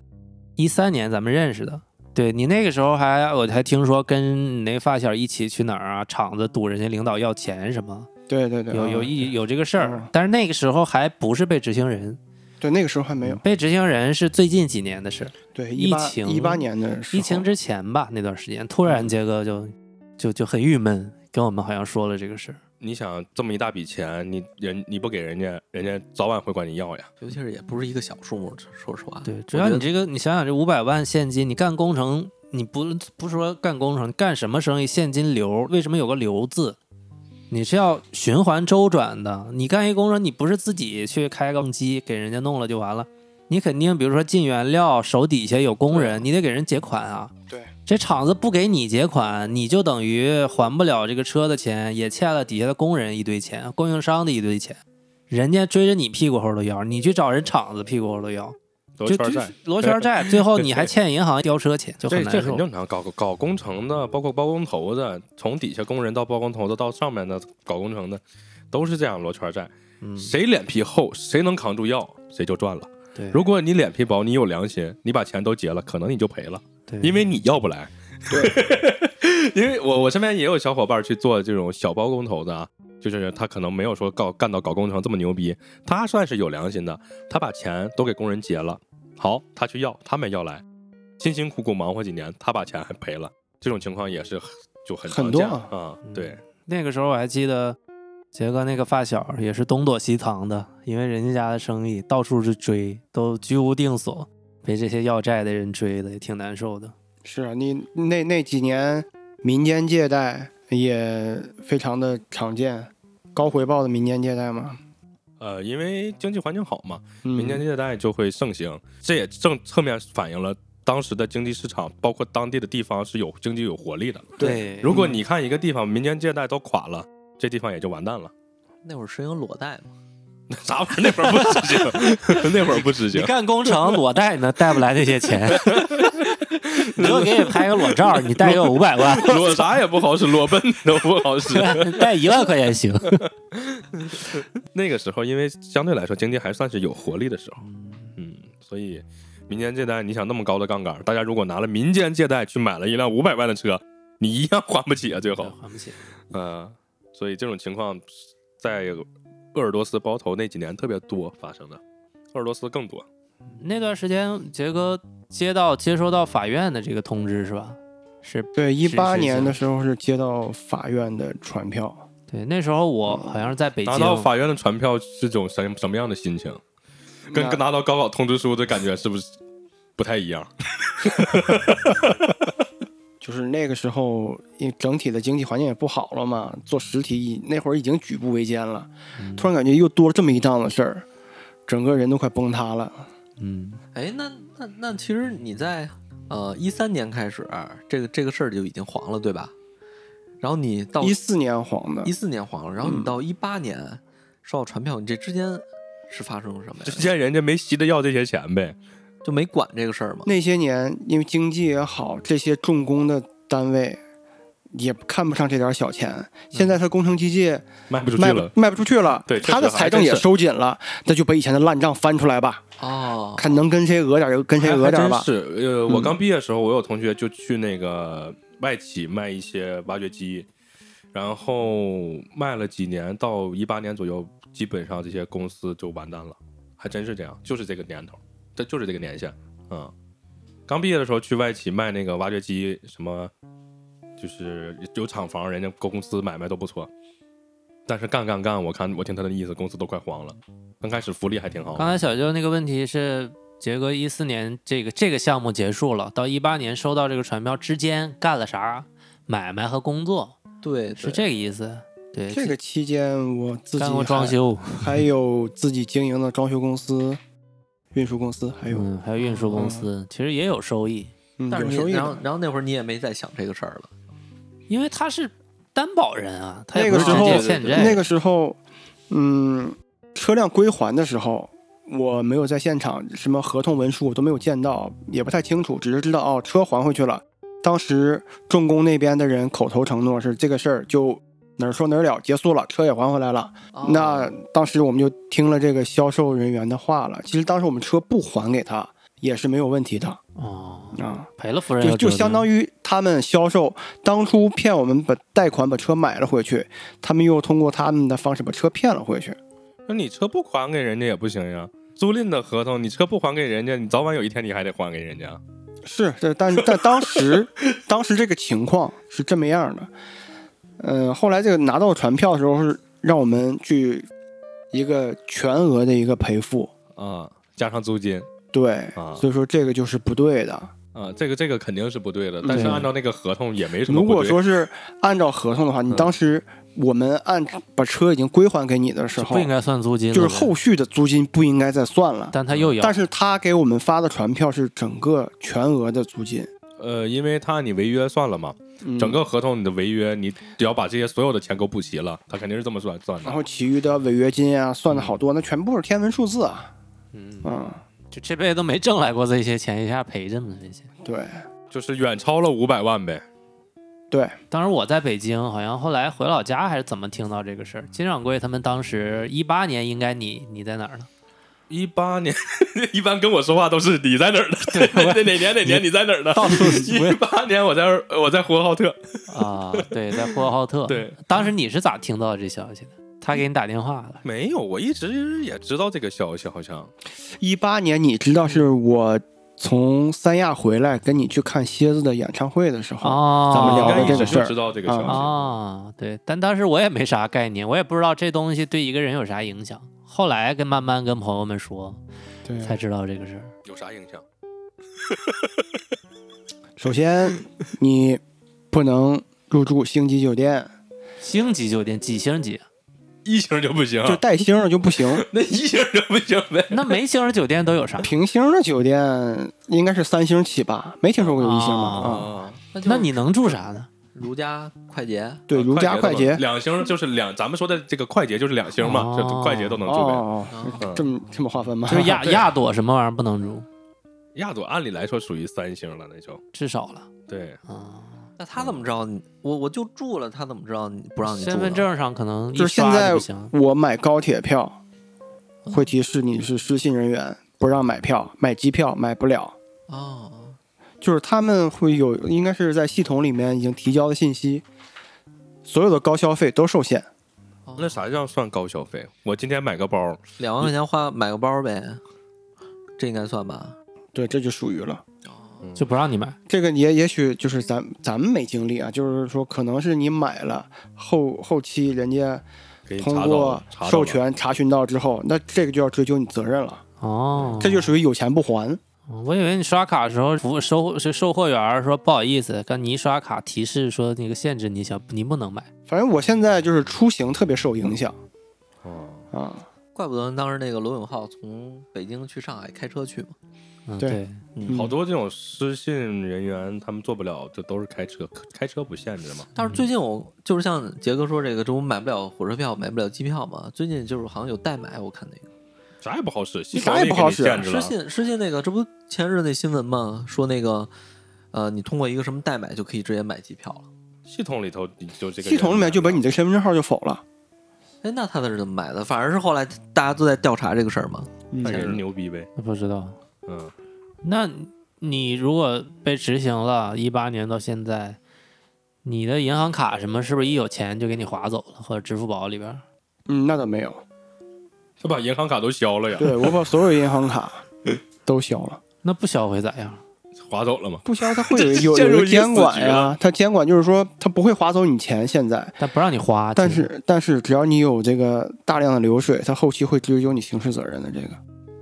[SPEAKER 1] 一三年咱们认识的。对你那个时候还我还听说跟你那发小一起去哪儿啊厂子堵人家领导要钱什么，
[SPEAKER 5] 对对啊对，
[SPEAKER 1] 有有
[SPEAKER 5] 一
[SPEAKER 1] 一有这个事儿
[SPEAKER 5] 嗯，
[SPEAKER 1] 但是那个时候还不是被执行人，
[SPEAKER 5] 对那个时候还没有，
[SPEAKER 1] 被执行人是最近几年的事儿。
[SPEAKER 5] 对
[SPEAKER 1] 疫
[SPEAKER 5] 一八
[SPEAKER 1] 情
[SPEAKER 5] 一八年的时候嗯
[SPEAKER 1] 疫情之前吧，那段时间突然杰哥就就就很郁闷，跟我们好像说了这个事儿。
[SPEAKER 4] 你想这么一大笔钱，你人你不给人家，人家早晚会管你要呀。
[SPEAKER 3] 尤其是也不是一个小数目，说实话，
[SPEAKER 1] 对，只
[SPEAKER 3] 我
[SPEAKER 1] 要
[SPEAKER 3] 觉
[SPEAKER 1] 你
[SPEAKER 3] 得
[SPEAKER 1] 这个，你想想这五百万现金，你干工程，你不不说干工程，干什么生意，现金流为什么有个流字？你是要循环周转的。你干一工程，你不是自己去开个机给人家弄了就完了，你肯定比如说进原料，手底下有工人，你得给人结款啊。
[SPEAKER 5] 对，
[SPEAKER 1] 这厂子不给你结款，你就等于还不了这个车的钱，也欠了底下的工人一堆钱，供应商的一堆钱。人家追着你屁股后头要，你去找人厂子屁股后头要，
[SPEAKER 4] 都
[SPEAKER 1] 就
[SPEAKER 4] 圈儿债，
[SPEAKER 1] 罗圈债，最后你还欠银行飙车钱，就
[SPEAKER 4] 这
[SPEAKER 1] 很
[SPEAKER 4] 这
[SPEAKER 1] 难
[SPEAKER 4] 很
[SPEAKER 1] 受。
[SPEAKER 4] 正常。搞搞工程的，包括包工头的，从底下工人到包工头的，到上面的搞工程的，都是这样罗圈儿债。
[SPEAKER 1] 嗯，
[SPEAKER 4] 谁脸皮厚，谁能扛住要，谁就赚了。
[SPEAKER 1] 对，
[SPEAKER 4] 如果你脸皮薄，你有良心，你把钱都结了，可能你就赔了，
[SPEAKER 1] 对
[SPEAKER 4] 因为你要不来。 因为我我身边也有小伙伴去做这种小包工头的啊，就是他可能没有说搞干到搞工程这么牛逼，他算是有良心的，他把钱都给工人结了，好，他去要，他没要来，辛辛苦苦忙活几年，他把钱还赔了，这种情况也是很就很
[SPEAKER 5] 很
[SPEAKER 4] 常
[SPEAKER 5] 多
[SPEAKER 4] 见
[SPEAKER 5] 啊
[SPEAKER 4] 啊、对，
[SPEAKER 1] 那个时候我还记得杰哥那个发小也是东躲西藏的，因为人家家的生意到处去追，都居无定所，被这些要债的人追的也挺难受的。
[SPEAKER 5] 是啊，你那那几年民间借贷也非常的常见，高回报的民间借贷嘛，
[SPEAKER 4] 呃，因为经济环境好嘛，
[SPEAKER 5] 嗯
[SPEAKER 4] 民间借贷就会盛行，这也正侧面反映了当时的经济市场，包括当地的地方是有经济有活力的。
[SPEAKER 1] 对
[SPEAKER 4] 如果你看一个地方民间借贷都垮了，这地方也就完蛋了。
[SPEAKER 3] 那会儿实行裸贷嘛，
[SPEAKER 4] 啥玩意儿？那会儿不实 行，那会儿不实
[SPEAKER 1] 你
[SPEAKER 4] 行。
[SPEAKER 1] 干工程裸贷呢，贷不来那些 钱。你就给你拍个裸照，你贷给我五百万，
[SPEAKER 4] 裸啥也不好使，裸奔都不好使。
[SPEAKER 1] 贷一万块钱行。
[SPEAKER 4] 那个时候，因为相对来说经济还算是有活力的时候，嗯，所以民间借贷，你想那么高的杠杆，大家如果拿了民间借贷去买了一辆五百万的车，你一样还不起啊，最后，
[SPEAKER 1] 还不起。
[SPEAKER 4] 呃，所以这种情况在鄂尔多斯包头那几年特别多发生的，鄂尔多斯更多，
[SPEAKER 1] 那段时间，杰哥接到接收到法院的这个通知是吧？是
[SPEAKER 5] 对，一
[SPEAKER 1] 是
[SPEAKER 5] 八
[SPEAKER 1] 是
[SPEAKER 5] 年的时候是接到法院的传票，
[SPEAKER 1] 对，那时候我
[SPEAKER 5] 嗯
[SPEAKER 1] 好像是在北京
[SPEAKER 4] 拿，到法院的传票是种什么什么样的心情？跟
[SPEAKER 5] 那
[SPEAKER 4] 跟拿到高考通知书的感觉是不是不太一样？
[SPEAKER 5] 就是那个时候，因为整体的经济环境也不好了嘛，做实体已那会儿已经举步维艰了，
[SPEAKER 4] 嗯
[SPEAKER 5] 突然感觉又多了这么一档子事儿，整个人都快崩塌了。
[SPEAKER 1] 嗯，
[SPEAKER 3] 哎，那那那其实你在呃一三年开始，这个这个事儿就已经黄了，对吧？然后你到
[SPEAKER 5] 一四年黄的
[SPEAKER 3] 一，四年黄了，然后你到一八年收到传票，你这之间是发生了什么
[SPEAKER 4] 之
[SPEAKER 3] 呀？
[SPEAKER 4] 前人家没急着要这些钱呗，
[SPEAKER 3] 就没管这个事儿吗？
[SPEAKER 5] 那些年因为经济也好，这些重工的单位也看不上这点小钱。现在他工程机械
[SPEAKER 4] 嗯卖不出去
[SPEAKER 5] 卖
[SPEAKER 4] 了
[SPEAKER 5] 不。卖不出去了，
[SPEAKER 4] 对确
[SPEAKER 5] 他的
[SPEAKER 4] 实还
[SPEAKER 5] 财政
[SPEAKER 4] 真
[SPEAKER 5] 也
[SPEAKER 4] 是
[SPEAKER 5] 收紧了，那就把以前的烂账翻出来吧，
[SPEAKER 3] 哦，
[SPEAKER 5] 看能跟谁讹点儿就跟谁
[SPEAKER 4] 还
[SPEAKER 5] 讹
[SPEAKER 4] 还
[SPEAKER 5] 点儿
[SPEAKER 4] 真
[SPEAKER 5] 吧。嗯
[SPEAKER 4] 是，呃，我刚毕业的时候，我有同学就去那个外企卖一些挖掘机，然后卖了几年，到一八年左右，基本上这些公司就完蛋了，还真是这样，就是这个年头，这就是这个年限，嗯。刚毕业的时候去外企卖那个挖掘机，什么就是有厂房，人家公司买卖都不错，但是干干干，我看我听他的意思，公司都快黄了。刚开始福利还挺好，
[SPEAKER 1] 刚才小舅那个问题是，杰哥一四年这个这个项目结束了，到一八年收到这个传票之间干了啥买卖和工作，
[SPEAKER 3] 对，
[SPEAKER 1] 是
[SPEAKER 3] 对
[SPEAKER 1] 这个意思。对，
[SPEAKER 5] 这个期间我自己
[SPEAKER 1] 干过装
[SPEAKER 5] 还
[SPEAKER 1] 修，
[SPEAKER 5] 还有自己经营的装修公司、运输公司，还有
[SPEAKER 1] 嗯，还有运输公司，其实也有收益，
[SPEAKER 5] 嗯
[SPEAKER 3] 但是
[SPEAKER 5] 有
[SPEAKER 3] 你
[SPEAKER 5] 收益
[SPEAKER 3] 然后
[SPEAKER 5] 的。
[SPEAKER 3] 然后那会儿你也没再想这个事儿了，
[SPEAKER 1] 因为他是担保人啊，他也
[SPEAKER 5] 那
[SPEAKER 1] 不
[SPEAKER 5] 个
[SPEAKER 1] 是
[SPEAKER 5] 时
[SPEAKER 1] 直
[SPEAKER 5] 候
[SPEAKER 1] 接欠债。
[SPEAKER 5] 那个时候，嗯，车辆归还的时候，我没有在现场，什么合同文书我都没有见到，也不太清楚，只是知道哦，车还回去了。当时重工那边的人口头承诺是这个事儿就哪儿说哪儿了，结束了，车也还回来了。
[SPEAKER 3] 哦
[SPEAKER 5] 那当时我们就听了这个销售人员的话了。其实当时我们车不还给他也是没有问题的
[SPEAKER 1] 哦，
[SPEAKER 5] 啊，
[SPEAKER 1] 赔了夫人
[SPEAKER 5] 就就相当
[SPEAKER 1] 于
[SPEAKER 5] 于他们销售当初骗我们把贷款把车买了回去，他们又通过他们的方式把车骗了回去。
[SPEAKER 4] 那你车不还给人家也不行呀，租赁的合同你车不还给人家，你早晚有一天你还得还给人家。
[SPEAKER 5] 是，这但但当时当时这个情况是这么样的。嗯，后来这个拿到传票的时候是让我们去一个全额的一个赔付，
[SPEAKER 4] 啊，加上租金
[SPEAKER 5] 对，
[SPEAKER 4] 啊
[SPEAKER 5] 所以说这个就是不对的。
[SPEAKER 4] 啊，这个这个肯定是不对的，但是按照那个合同也没什
[SPEAKER 5] 嗯
[SPEAKER 4] 么
[SPEAKER 5] 如
[SPEAKER 4] 不对。
[SPEAKER 5] 果说是按照合同的话，你当时我们按把车已经归还给你的时候
[SPEAKER 1] 不，应该算租金了呗，
[SPEAKER 5] 就是后续的租金不应该再算了。
[SPEAKER 1] 但他又要，
[SPEAKER 5] 但是他给我们发的传票是整个全额的租金，
[SPEAKER 4] 呃，因为他按你违约算了嘛，
[SPEAKER 5] 嗯
[SPEAKER 4] 整个合同你的违约，你只要把这些所有的钱给我补齐了，他肯定是这么算算
[SPEAKER 5] 然
[SPEAKER 4] 的。
[SPEAKER 5] 后其余的违约金啊，算的好多，那全部是天文数字啊。嗯
[SPEAKER 1] 就这辈子都没挣来过这些钱，一下赔这么这些。
[SPEAKER 5] 对
[SPEAKER 4] 就是远超了五百万呗。
[SPEAKER 5] 对，
[SPEAKER 1] 当时我在北京，好像后来回老家还是怎么听到这个事儿。金掌柜他们当时一八年，应该你你在哪儿呢？
[SPEAKER 4] 一八年， 一般跟我说话都是你在哪儿呢？ 对，哪年哪年你在哪儿呢？一八年我在我在呼和浩特，
[SPEAKER 1] 啊， 对，在呼和浩特。
[SPEAKER 4] 对，
[SPEAKER 1] 当时你是咋听到这消息的？他给你打电话了，
[SPEAKER 4] 没有，我一直也知道这个消息，好像。
[SPEAKER 5] 一八年你知道是我从三亚回来跟你去看蝎子的演唱会的时候，
[SPEAKER 1] 哦，
[SPEAKER 5] 咱们聊的
[SPEAKER 4] 应
[SPEAKER 5] 这
[SPEAKER 4] 该一
[SPEAKER 5] 个
[SPEAKER 4] 直
[SPEAKER 5] 事
[SPEAKER 4] 就
[SPEAKER 5] 儿
[SPEAKER 4] 知道这个消息。
[SPEAKER 1] 啊，对，但当时我也没啥概念，我也不知道这东西对一个人有啥影响。后来跟慢慢跟朋友们说，
[SPEAKER 5] 对，
[SPEAKER 1] 才知道这个事儿。
[SPEAKER 4] 有啥影响？
[SPEAKER 5] 首先，你不能入住星级酒店，
[SPEAKER 1] 星级酒店几星级？
[SPEAKER 4] 一星就不行，
[SPEAKER 5] 就带星儿的就不行。
[SPEAKER 4] 那一星就 不行呗。
[SPEAKER 1] 那没星的酒店都有 啥？
[SPEAKER 5] 平星的酒店应该是三星起吧？没听说过有一星吗？啊、
[SPEAKER 3] 啊，
[SPEAKER 1] 那你能住啥呢？
[SPEAKER 3] 如家快捷
[SPEAKER 5] 对，如家
[SPEAKER 4] 快
[SPEAKER 5] 快捷。
[SPEAKER 4] 两星就是两，咱们说的这个快捷就是两星嘛，
[SPEAKER 1] 哦
[SPEAKER 4] 这快捷都能住呗。
[SPEAKER 5] 哦，
[SPEAKER 4] 嗯
[SPEAKER 5] 这么这么划分吗？
[SPEAKER 1] 就是亚亚朵什么玩意儿不能住，
[SPEAKER 4] 亚朵按理来说属于三星了，那就
[SPEAKER 1] 至少了
[SPEAKER 4] 对，
[SPEAKER 5] 哦
[SPEAKER 1] 啊。
[SPEAKER 3] 那他怎么知道你？我我就住了，他怎么知道你不让你住呢
[SPEAKER 1] 身份？证上可能一
[SPEAKER 5] 就是现
[SPEAKER 1] 刷
[SPEAKER 5] 在
[SPEAKER 1] 不行，
[SPEAKER 5] 我买高铁票会提示你是失信人员，不让买票，买机票买不了。
[SPEAKER 3] 哦，
[SPEAKER 5] 就是他们会有，应该是在系统里面已经提交的信息，所有的高消费都受限。
[SPEAKER 3] 哦
[SPEAKER 4] 那啥叫算高消费？我今天买个包，
[SPEAKER 3] 两万块钱花买个包呗，这应该算吧？
[SPEAKER 5] 对，这就属于了。
[SPEAKER 1] 就不让你买。
[SPEAKER 5] 这个也也许就是咱咱们没经历啊，就是说可能是你买了后后期人家
[SPEAKER 4] 给你
[SPEAKER 5] 通
[SPEAKER 4] 查到
[SPEAKER 5] 过
[SPEAKER 4] 了，查到
[SPEAKER 5] 授
[SPEAKER 4] 了
[SPEAKER 5] 权查询到之后，那这个就要追究你责任了，
[SPEAKER 1] 哦，
[SPEAKER 5] 这就属于有钱不还。
[SPEAKER 1] 嗯我以为你刷卡的时候，服务收是售货员儿说不好意思，刚你一刷卡提示说那个限制你想你不能买，
[SPEAKER 5] 反正我现在就是出行特别受影响
[SPEAKER 4] 哦
[SPEAKER 5] 啊，
[SPEAKER 3] 怪不得当时那个罗永浩从北京去上海开车去嘛。
[SPEAKER 1] 嗯，
[SPEAKER 5] 对
[SPEAKER 1] 对，
[SPEAKER 5] 嗯
[SPEAKER 4] 好多这种失信人员，他们做不了，就都是开车，开车不限制嘛。
[SPEAKER 3] 但是最近我就是像杰哥说这个，这我买不了火车票，买不了机票嘛。最近就是好像有代买，我看那个
[SPEAKER 4] 啥也不好使，
[SPEAKER 5] 啥也不好使啊
[SPEAKER 4] 西方也给你限制
[SPEAKER 3] 失
[SPEAKER 4] 了。
[SPEAKER 3] 信失信那个，这不前日那新闻吗？说那个呃，你通过一个什么代买就可以直接买机票了。
[SPEAKER 4] 系统里头你就这个
[SPEAKER 5] 系统里面就把你的身份证号就否了。
[SPEAKER 3] 哎，那他那是怎么买的？反而是后来大家都在调查这个事儿嘛。
[SPEAKER 5] 嗯
[SPEAKER 4] 看人牛逼呗，
[SPEAKER 1] 不知道。
[SPEAKER 4] 嗯，
[SPEAKER 1] 那你如果被执行了，一八年到现在，你的银行卡什么是不是一有钱就给你划走了，或者支付宝里边儿？
[SPEAKER 5] 嗯，那倒没有。
[SPEAKER 4] 他把银行卡都消了呀，
[SPEAKER 5] 对我把所有银行 卡都消了，
[SPEAKER 1] 那不销会咋样？
[SPEAKER 4] 划走了嘛。
[SPEAKER 5] 不消它会有有
[SPEAKER 4] 陷入
[SPEAKER 5] 有个
[SPEAKER 4] 于
[SPEAKER 5] 监管
[SPEAKER 4] 死局
[SPEAKER 5] 呀
[SPEAKER 4] 了，
[SPEAKER 5] 它监管就是说它不会划走你钱现在，
[SPEAKER 1] 但不让你花，
[SPEAKER 5] 但
[SPEAKER 1] 其实
[SPEAKER 5] 是但是只要你有这个大量的流水，它后期会追究你刑事责任的。这个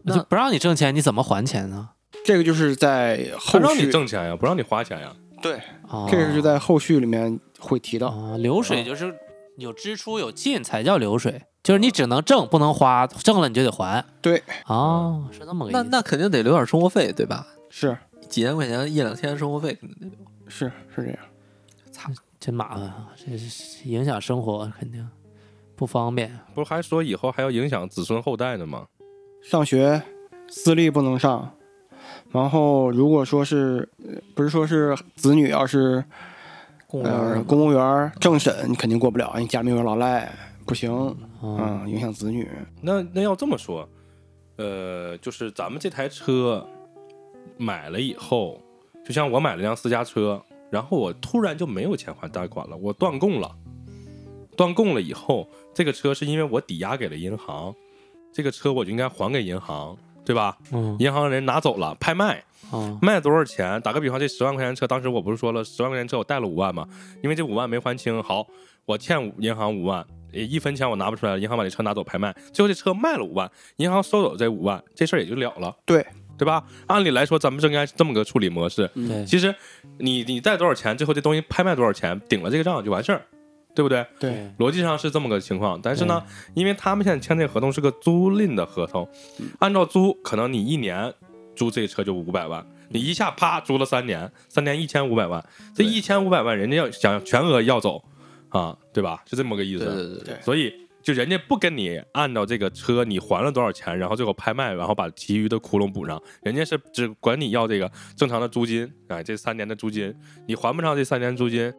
[SPEAKER 1] 那就不让你挣钱，你怎么还钱呢？
[SPEAKER 5] 这个就是在后
[SPEAKER 4] 他让你
[SPEAKER 5] 续，
[SPEAKER 4] 挣钱呀，不让你花钱呀。
[SPEAKER 5] 对，
[SPEAKER 1] 哦、
[SPEAKER 5] 这个就在后续里面会提到。
[SPEAKER 1] 啊，流水就是有支出有进才叫流水，就是你只能挣不能花，挣了你就得还。
[SPEAKER 5] 对，
[SPEAKER 1] 哦，是这么个意
[SPEAKER 3] 那
[SPEAKER 1] 思。
[SPEAKER 3] 那肯定得留点生活费，对吧？
[SPEAKER 5] 是
[SPEAKER 3] 几千块钱一两千生活费肯定得留。
[SPEAKER 5] 是是这样。
[SPEAKER 1] 真麻烦啊，这是影响生活，肯定不方便。啊
[SPEAKER 4] 不是还说以后还要影响子孙后代呢吗？
[SPEAKER 5] 上学私立不能上，然后如果说是呃不是说是子女要是
[SPEAKER 3] 公务员儿
[SPEAKER 5] 呃
[SPEAKER 3] 嘛
[SPEAKER 5] 公务员儿政审，你肯定过不了，你家里面有老赖不行，
[SPEAKER 1] 嗯，
[SPEAKER 5] 嗯，影响子女。
[SPEAKER 4] 那那要这么说，呃，就是咱们这台车买了以后，就像我买了辆私家车，然后我突然就没有钱还贷款了，我断供了。断供了以后，这个车是因为我抵押给了银行，这个车我就应该还给银行，对吧？
[SPEAKER 1] 嗯
[SPEAKER 4] 银行人拿走了，拍卖，
[SPEAKER 1] 嗯
[SPEAKER 4] 卖多少钱？打个比方，这十万块钱车，当时我不是说了，十万块钱车我贷了五万嘛，因为这五万没还清，好，我欠五银行五万，诶一分钱我拿不出来了，银行把这车拿走拍卖，最后这车卖了五万，银行收走这五万，这事儿也就了了，
[SPEAKER 5] 对
[SPEAKER 4] 对吧？按理来说，咱们应该是这么个处理模式。
[SPEAKER 1] 对，
[SPEAKER 4] 其实你你贷多少钱，最后这东西拍卖多少钱，顶了这个账就完事儿，对不对？
[SPEAKER 5] 对，
[SPEAKER 4] 逻辑上是这么个情况，但是呢，因为他们现在签这合同是个租赁的合同，按照租，可能你一年租这车就五百万，你一下啪租了三年，三年一千五百万，这一千五百万人家要想全额要走啊，对吧？是这么个意
[SPEAKER 3] 对对
[SPEAKER 4] 思，
[SPEAKER 3] 对对，
[SPEAKER 4] 所以就人家不跟你按照这个车你还了多少钱，然后最后拍卖，然后把其余的窟窿补上，人家是只管你要这个正常的租金，哎，这三年的租金，你还不上这三年租金，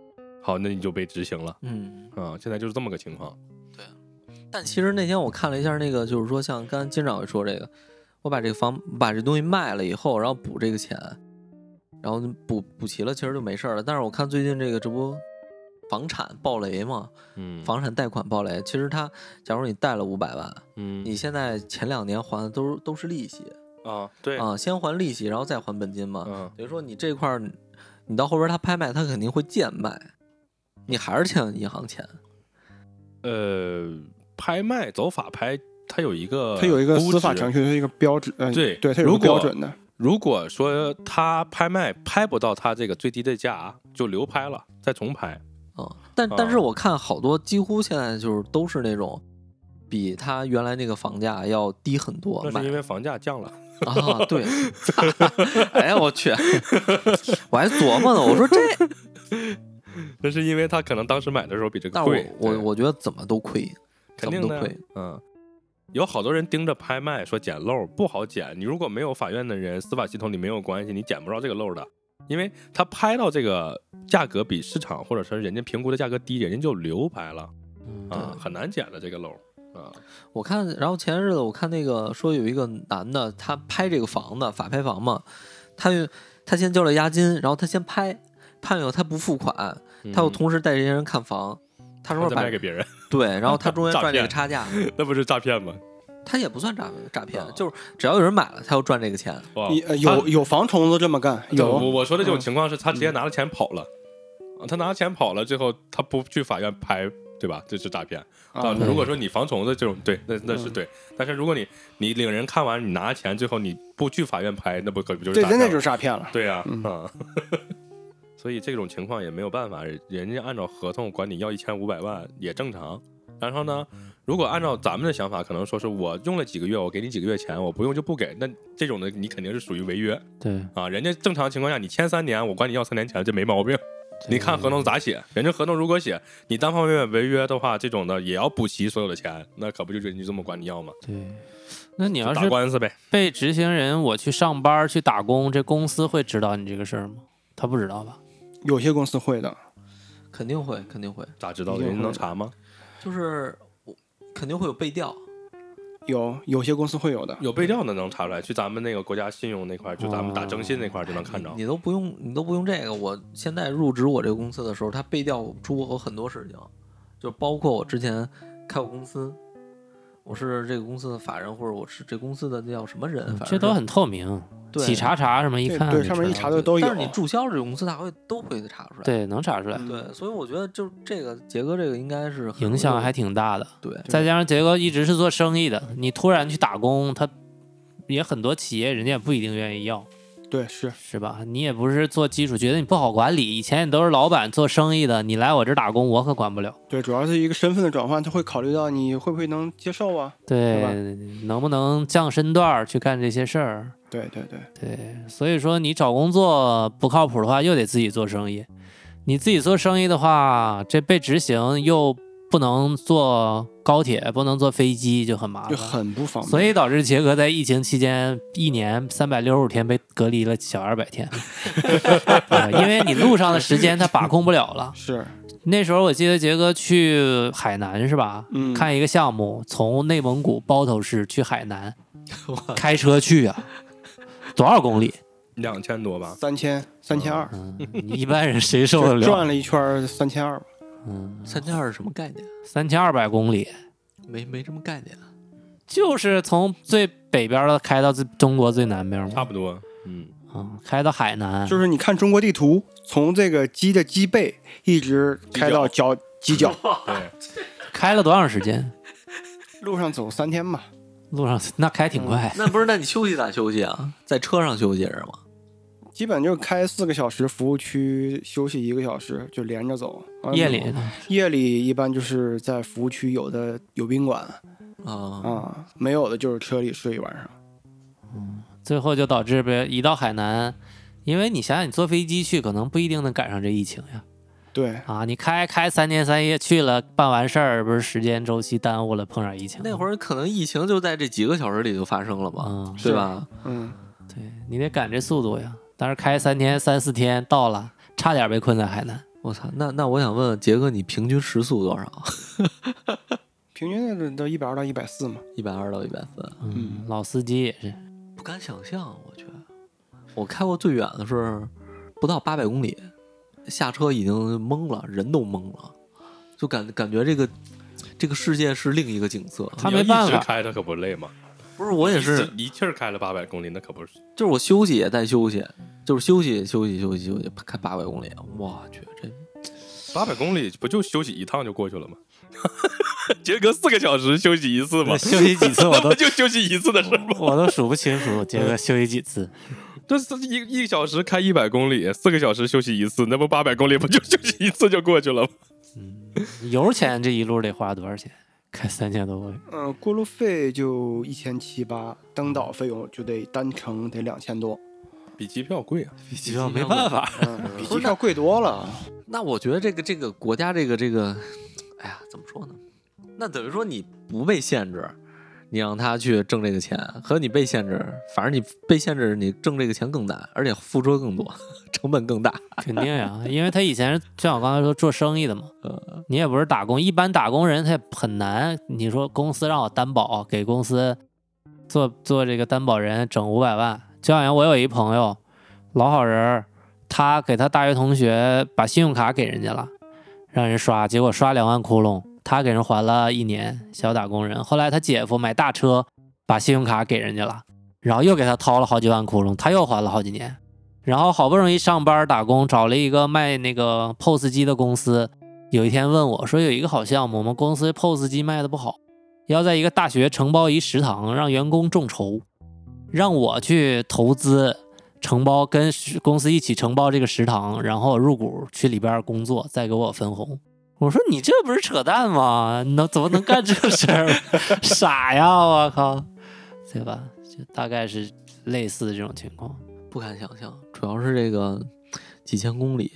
[SPEAKER 4] 好，那你就被执行了
[SPEAKER 3] 嗯。
[SPEAKER 4] 啊，现在就是这么个情况。
[SPEAKER 3] 但其实那天我看了一下那个，就是说像刚才金掌柜说这个，我把这个房把这东西卖了以后，然后补这个钱，然后补补齐了，其实就没事儿了。但是我看最近这个这不房产暴雷嘛，
[SPEAKER 4] 嗯，
[SPEAKER 3] 房产贷款暴雷，其实它假如你贷了五百万，
[SPEAKER 4] 嗯
[SPEAKER 3] 你现在前两年还的都都是利息
[SPEAKER 4] 啊，对，
[SPEAKER 3] 啊，先还利息，然后再还本金嘛。
[SPEAKER 4] 嗯，
[SPEAKER 3] 等于说你这块儿，你到后边儿它拍卖，它肯定会贱卖，你还是欠银行钱。
[SPEAKER 4] 呃，拍卖走法拍，它有一个，
[SPEAKER 5] 它有一个司法程
[SPEAKER 4] 序。
[SPEAKER 5] 序，它有一个标准，呃
[SPEAKER 4] 对
[SPEAKER 5] 对，它有一
[SPEAKER 4] 如
[SPEAKER 5] 个标
[SPEAKER 4] 果
[SPEAKER 5] 准的。
[SPEAKER 4] 如果说他拍卖拍不到他这个最低的价，就流拍了，再重拍。
[SPEAKER 3] 嗯，但
[SPEAKER 4] 啊
[SPEAKER 3] 但是我看好多几乎现在就是都是那种比他原来那个房价要低很多
[SPEAKER 4] 那
[SPEAKER 3] 买
[SPEAKER 4] 是因为房价降了，
[SPEAKER 3] 啊，对， 哎呀我去， 我还琢磨呢，我说这，
[SPEAKER 4] 那是因为他可能当时买的时候比这个
[SPEAKER 3] 但我
[SPEAKER 4] 贵。
[SPEAKER 3] 我
[SPEAKER 4] 对
[SPEAKER 3] 我觉得怎么都亏，
[SPEAKER 4] 肯
[SPEAKER 3] 怎
[SPEAKER 4] 定
[SPEAKER 3] 么都
[SPEAKER 4] 的
[SPEAKER 3] 亏，
[SPEAKER 4] 嗯，有好多人盯着拍卖说捡漏不好捡，你如果没有法院的人，司法系统里没有关系，你捡不着这个漏的，因为他拍到这个价格比市场或者是人家评估的价格低，人家就流拍了
[SPEAKER 3] 嗯
[SPEAKER 4] 啊，很难捡的这个漏啊，
[SPEAKER 3] 我看，然后前些日子我看那个说有一个男的，他拍这个房子法拍房嘛，他又他先交了押金，然后他先拍，拍完以后他不付款，他又
[SPEAKER 4] 嗯
[SPEAKER 3] 同时带这些人看房，他
[SPEAKER 4] 他
[SPEAKER 3] 说
[SPEAKER 4] 再
[SPEAKER 3] 把
[SPEAKER 4] 卖给别人，
[SPEAKER 3] 对，然后他中间
[SPEAKER 4] 诈
[SPEAKER 3] 赚这个
[SPEAKER 4] 骗
[SPEAKER 3] 差价，
[SPEAKER 4] 那不是诈骗吗？
[SPEAKER 3] 他也不算诈
[SPEAKER 1] 嗯
[SPEAKER 3] 诈骗
[SPEAKER 4] 啊，
[SPEAKER 3] 就是只要有人买了，他要赚这个钱。
[SPEAKER 4] 哇
[SPEAKER 5] 你呃有有房虫子这么干，
[SPEAKER 4] 哦啊对我
[SPEAKER 5] 有嗯
[SPEAKER 4] 我说的这种情况是他直接拿了钱跑了，啊他拿了钱跑了之后，他不去法院拍，对吧？这是诈骗。啊
[SPEAKER 5] 啊，，嗯
[SPEAKER 4] 如果说你防虫子这种，对，那那是对。但是如果你你领人看完，你拿钱，最后你不去法院拍，那不可不就是
[SPEAKER 5] 这
[SPEAKER 4] 诈
[SPEAKER 5] 真的
[SPEAKER 4] 骗
[SPEAKER 5] 就是
[SPEAKER 4] 吗？
[SPEAKER 5] 诈骗了。
[SPEAKER 4] 对呀，
[SPEAKER 5] 嗯
[SPEAKER 4] 啊。 所以这种情况也没有办法，人家按照合同管你要一千五百万也正常。然后呢，如果按照咱们的想法，可能说是我用了几个月，我给你几个月钱，我不用就不给，那这种的你肯定是属于违约
[SPEAKER 1] 对，
[SPEAKER 4] 啊。人家正常情况下你签三年，我管你要三年钱，这没毛病。你看合同咋写？人家合同如果写你单方面违约的话，这种的也要补齐所有的钱，那可不就是你这么管你要吗？
[SPEAKER 1] 对。那你要
[SPEAKER 4] 打
[SPEAKER 1] 是
[SPEAKER 4] 官司呗。
[SPEAKER 1] 被执行人，我去上班去打工，这公司会知道你这个事儿吗？他不知道吧？
[SPEAKER 5] 有些公司会的，
[SPEAKER 3] 肯定会，肯定会，
[SPEAKER 4] 咋知道
[SPEAKER 5] 一
[SPEAKER 4] 的？
[SPEAKER 5] 定
[SPEAKER 4] 人家能
[SPEAKER 5] 会
[SPEAKER 4] 查吗？
[SPEAKER 3] 就是我肯定会有背调，
[SPEAKER 5] 有有些公司会有的。
[SPEAKER 4] 有背调的能查出来。去咱们那个国家信用那块儿，就咱们打征信那块儿就能看着
[SPEAKER 3] 你。你都不用，你都不用这个。我现在入职我这个公司的时候，他背调出我很多事情，就包括我之前开过公司，我是这个公司的法人，或者我是这公司的那叫什么人，嗯反
[SPEAKER 1] 嗯
[SPEAKER 3] 正
[SPEAKER 1] 这都
[SPEAKER 3] 是
[SPEAKER 1] 很透明，
[SPEAKER 3] 对
[SPEAKER 1] 企。查查什么一
[SPEAKER 5] 对
[SPEAKER 1] 看就
[SPEAKER 5] 对，
[SPEAKER 1] 知
[SPEAKER 5] 上面一
[SPEAKER 1] 道
[SPEAKER 5] 查就都有。
[SPEAKER 3] 但是你注销这个公司，大会都会查出来。
[SPEAKER 1] 对能查出来，
[SPEAKER 5] 嗯
[SPEAKER 3] 对，所以我觉得就这个杰哥这个应该是很
[SPEAKER 1] 影响还挺大的。
[SPEAKER 3] 对，
[SPEAKER 1] 再加上杰哥一直是做生意的，你突然去打工，他也很多企业人家也不一定愿意要，
[SPEAKER 5] 对是
[SPEAKER 1] 是吧？你也不是做基础，觉得你不好管理。以前你都是老板做生意的，你来我这儿打工，我可管不了。
[SPEAKER 5] 对，主要是一个身份的转换，他会考虑到你会不会能接受啊。
[SPEAKER 1] 对
[SPEAKER 5] 是吧，
[SPEAKER 1] 能不能降身段儿去干这些事儿？
[SPEAKER 5] 对对对，
[SPEAKER 1] 对，所以说你找工作不靠谱的话，又得自己做生意。你自己做生意的话，这被执行又不能坐高铁，不能坐飞机，就很麻
[SPEAKER 5] 就
[SPEAKER 1] 烦。
[SPEAKER 5] 很不方便。
[SPEAKER 1] 所以导致杰哥在疫情期间一年三百六十五天被隔离了小二百天、 呃因为你路上的时间他把控不了了。
[SPEAKER 5] 是
[SPEAKER 1] 那时候我记得杰哥去海南是吧？
[SPEAKER 5] 嗯
[SPEAKER 1] 看一个项目，从内蒙古包头市去海 南，开车去啊，多少公里？
[SPEAKER 4] 两千多吧，
[SPEAKER 5] 三千三千二，
[SPEAKER 1] 嗯，你一般人谁受得
[SPEAKER 5] 就
[SPEAKER 1] 了？
[SPEAKER 5] 转了一圈三千二吧。
[SPEAKER 1] 嗯，
[SPEAKER 3] 三千二是什么概念？
[SPEAKER 1] 三千二百公里，
[SPEAKER 3] 没没这么概念。
[SPEAKER 1] 就是从最北边的开到最中国最南边
[SPEAKER 4] 差
[SPEAKER 1] 嘛，
[SPEAKER 4] 不多。嗯，
[SPEAKER 1] 嗯，开到海南，
[SPEAKER 5] 啊就是你看中国地图，从这个鸡的鸡背一直开到脚鸡 脚，
[SPEAKER 4] 对，
[SPEAKER 1] 开了多长时间？
[SPEAKER 5] 路上走三天吧。
[SPEAKER 1] 路上那开挺快，
[SPEAKER 3] 那不是？那你休息咋休息啊？在车上休息是吗？
[SPEAKER 5] 基本就是开四个小时，服务区休息一个小时，就连着走。完了
[SPEAKER 1] 夜里
[SPEAKER 5] 夜里一般就是在服务区有的有宾馆
[SPEAKER 3] 啊、
[SPEAKER 1] 嗯
[SPEAKER 5] 啊，没有的就是车里睡一晚上。
[SPEAKER 1] 最后就导致呗，一到海南，因为你想想，你坐飞机去，可能不一定能赶上这疫情呀。
[SPEAKER 5] 对，
[SPEAKER 1] 啊，你开开三天三夜去了，办完事儿不是时间周期耽误了，碰上疫情。
[SPEAKER 3] 那会
[SPEAKER 1] 儿，
[SPEAKER 3] 儿可能疫情就在这几个小时里就发生了吧，
[SPEAKER 1] 嗯，
[SPEAKER 3] 对吧？
[SPEAKER 5] 嗯，
[SPEAKER 1] 对你得赶这速度呀。当时开三天三四天到了，差点被困在海南。
[SPEAKER 3] 我操，那那我想问问杰哥，你平均时速多少？
[SPEAKER 5] 平均的都一百二到一百四嘛。
[SPEAKER 3] 一百二到一百四，
[SPEAKER 1] 嗯，老司机也是，
[SPEAKER 3] 不敢想象，我去，我开过最远的是不到八百公里，下车已经懵了，人都懵了，就感感觉这个这个世界是另一个景色。
[SPEAKER 1] 他
[SPEAKER 4] 你要
[SPEAKER 1] 没办
[SPEAKER 4] 一直
[SPEAKER 1] 法，
[SPEAKER 4] 开他可不累吗？
[SPEAKER 3] 不是我也
[SPEAKER 4] 一
[SPEAKER 3] 是
[SPEAKER 4] 气，一气儿开了八百公里，那可不是。
[SPEAKER 3] 就是我休息也在休息，就是休息休息休息休息，开八百公里，我去，这
[SPEAKER 4] 八百公里不就休息一趟就过去了吗？ 杰哥四个小时休息一次吗？
[SPEAKER 1] 休息几次我
[SPEAKER 4] 那
[SPEAKER 1] 都
[SPEAKER 4] 不就休息一次的事儿吗？
[SPEAKER 1] 我都数不清楚，杰哥休息几次。
[SPEAKER 4] 这是一一个小时开一百公里，四个小时休息一次，那不八百公里不就 休息一次就过去了吗？
[SPEAKER 1] 油钱这一路得花多少钱？开三千多公里，
[SPEAKER 5] 嗯，过路费就一千七八，登岛费用就得单程得两千多，
[SPEAKER 4] 比机票贵啊！
[SPEAKER 1] 机票没办法，
[SPEAKER 5] 嗯，比机票贵多了。
[SPEAKER 3] 那我觉得这个这个国家这个这个，哎呀，怎么说呢？那等于说你不被限制，你让他去挣这个钱，和你被限制，反正你被限制，你挣这个钱更难，而且付出更多， 成本更大。
[SPEAKER 1] 肯定呀，因为他以前是像我刚才说做生意的嘛，
[SPEAKER 3] 呃，
[SPEAKER 1] 你也不是打工，一般打工人他也很难。你说公司让我担保，给公司做做这个担保人整五百万，就好像我有一朋友，老好人儿，他给他大学同学把信用卡给人家了，让人刷，结果刷两万窟窿，他给人还了一年，小打工人。后来他姐夫买大车，把信用卡给人家了，然后又给他掏了好几万窟窿，他又还了好几年。然后好不容易上班打工，找了一个卖那个 POS 机的公司，有一天问我说有一个好项目，我们公司 POS 机卖的不好，要在一个大学承包一食堂，让员工众筹，让我去投资承包，跟公司一起承包这个食堂，然后入股去里边工作，再给我分红。我说你这不是扯淡吗？能怎么能干这个事儿？傻呀！我靠，对吧？就大概是类似这种情况。
[SPEAKER 3] 不敢想象，主要是这个几千公里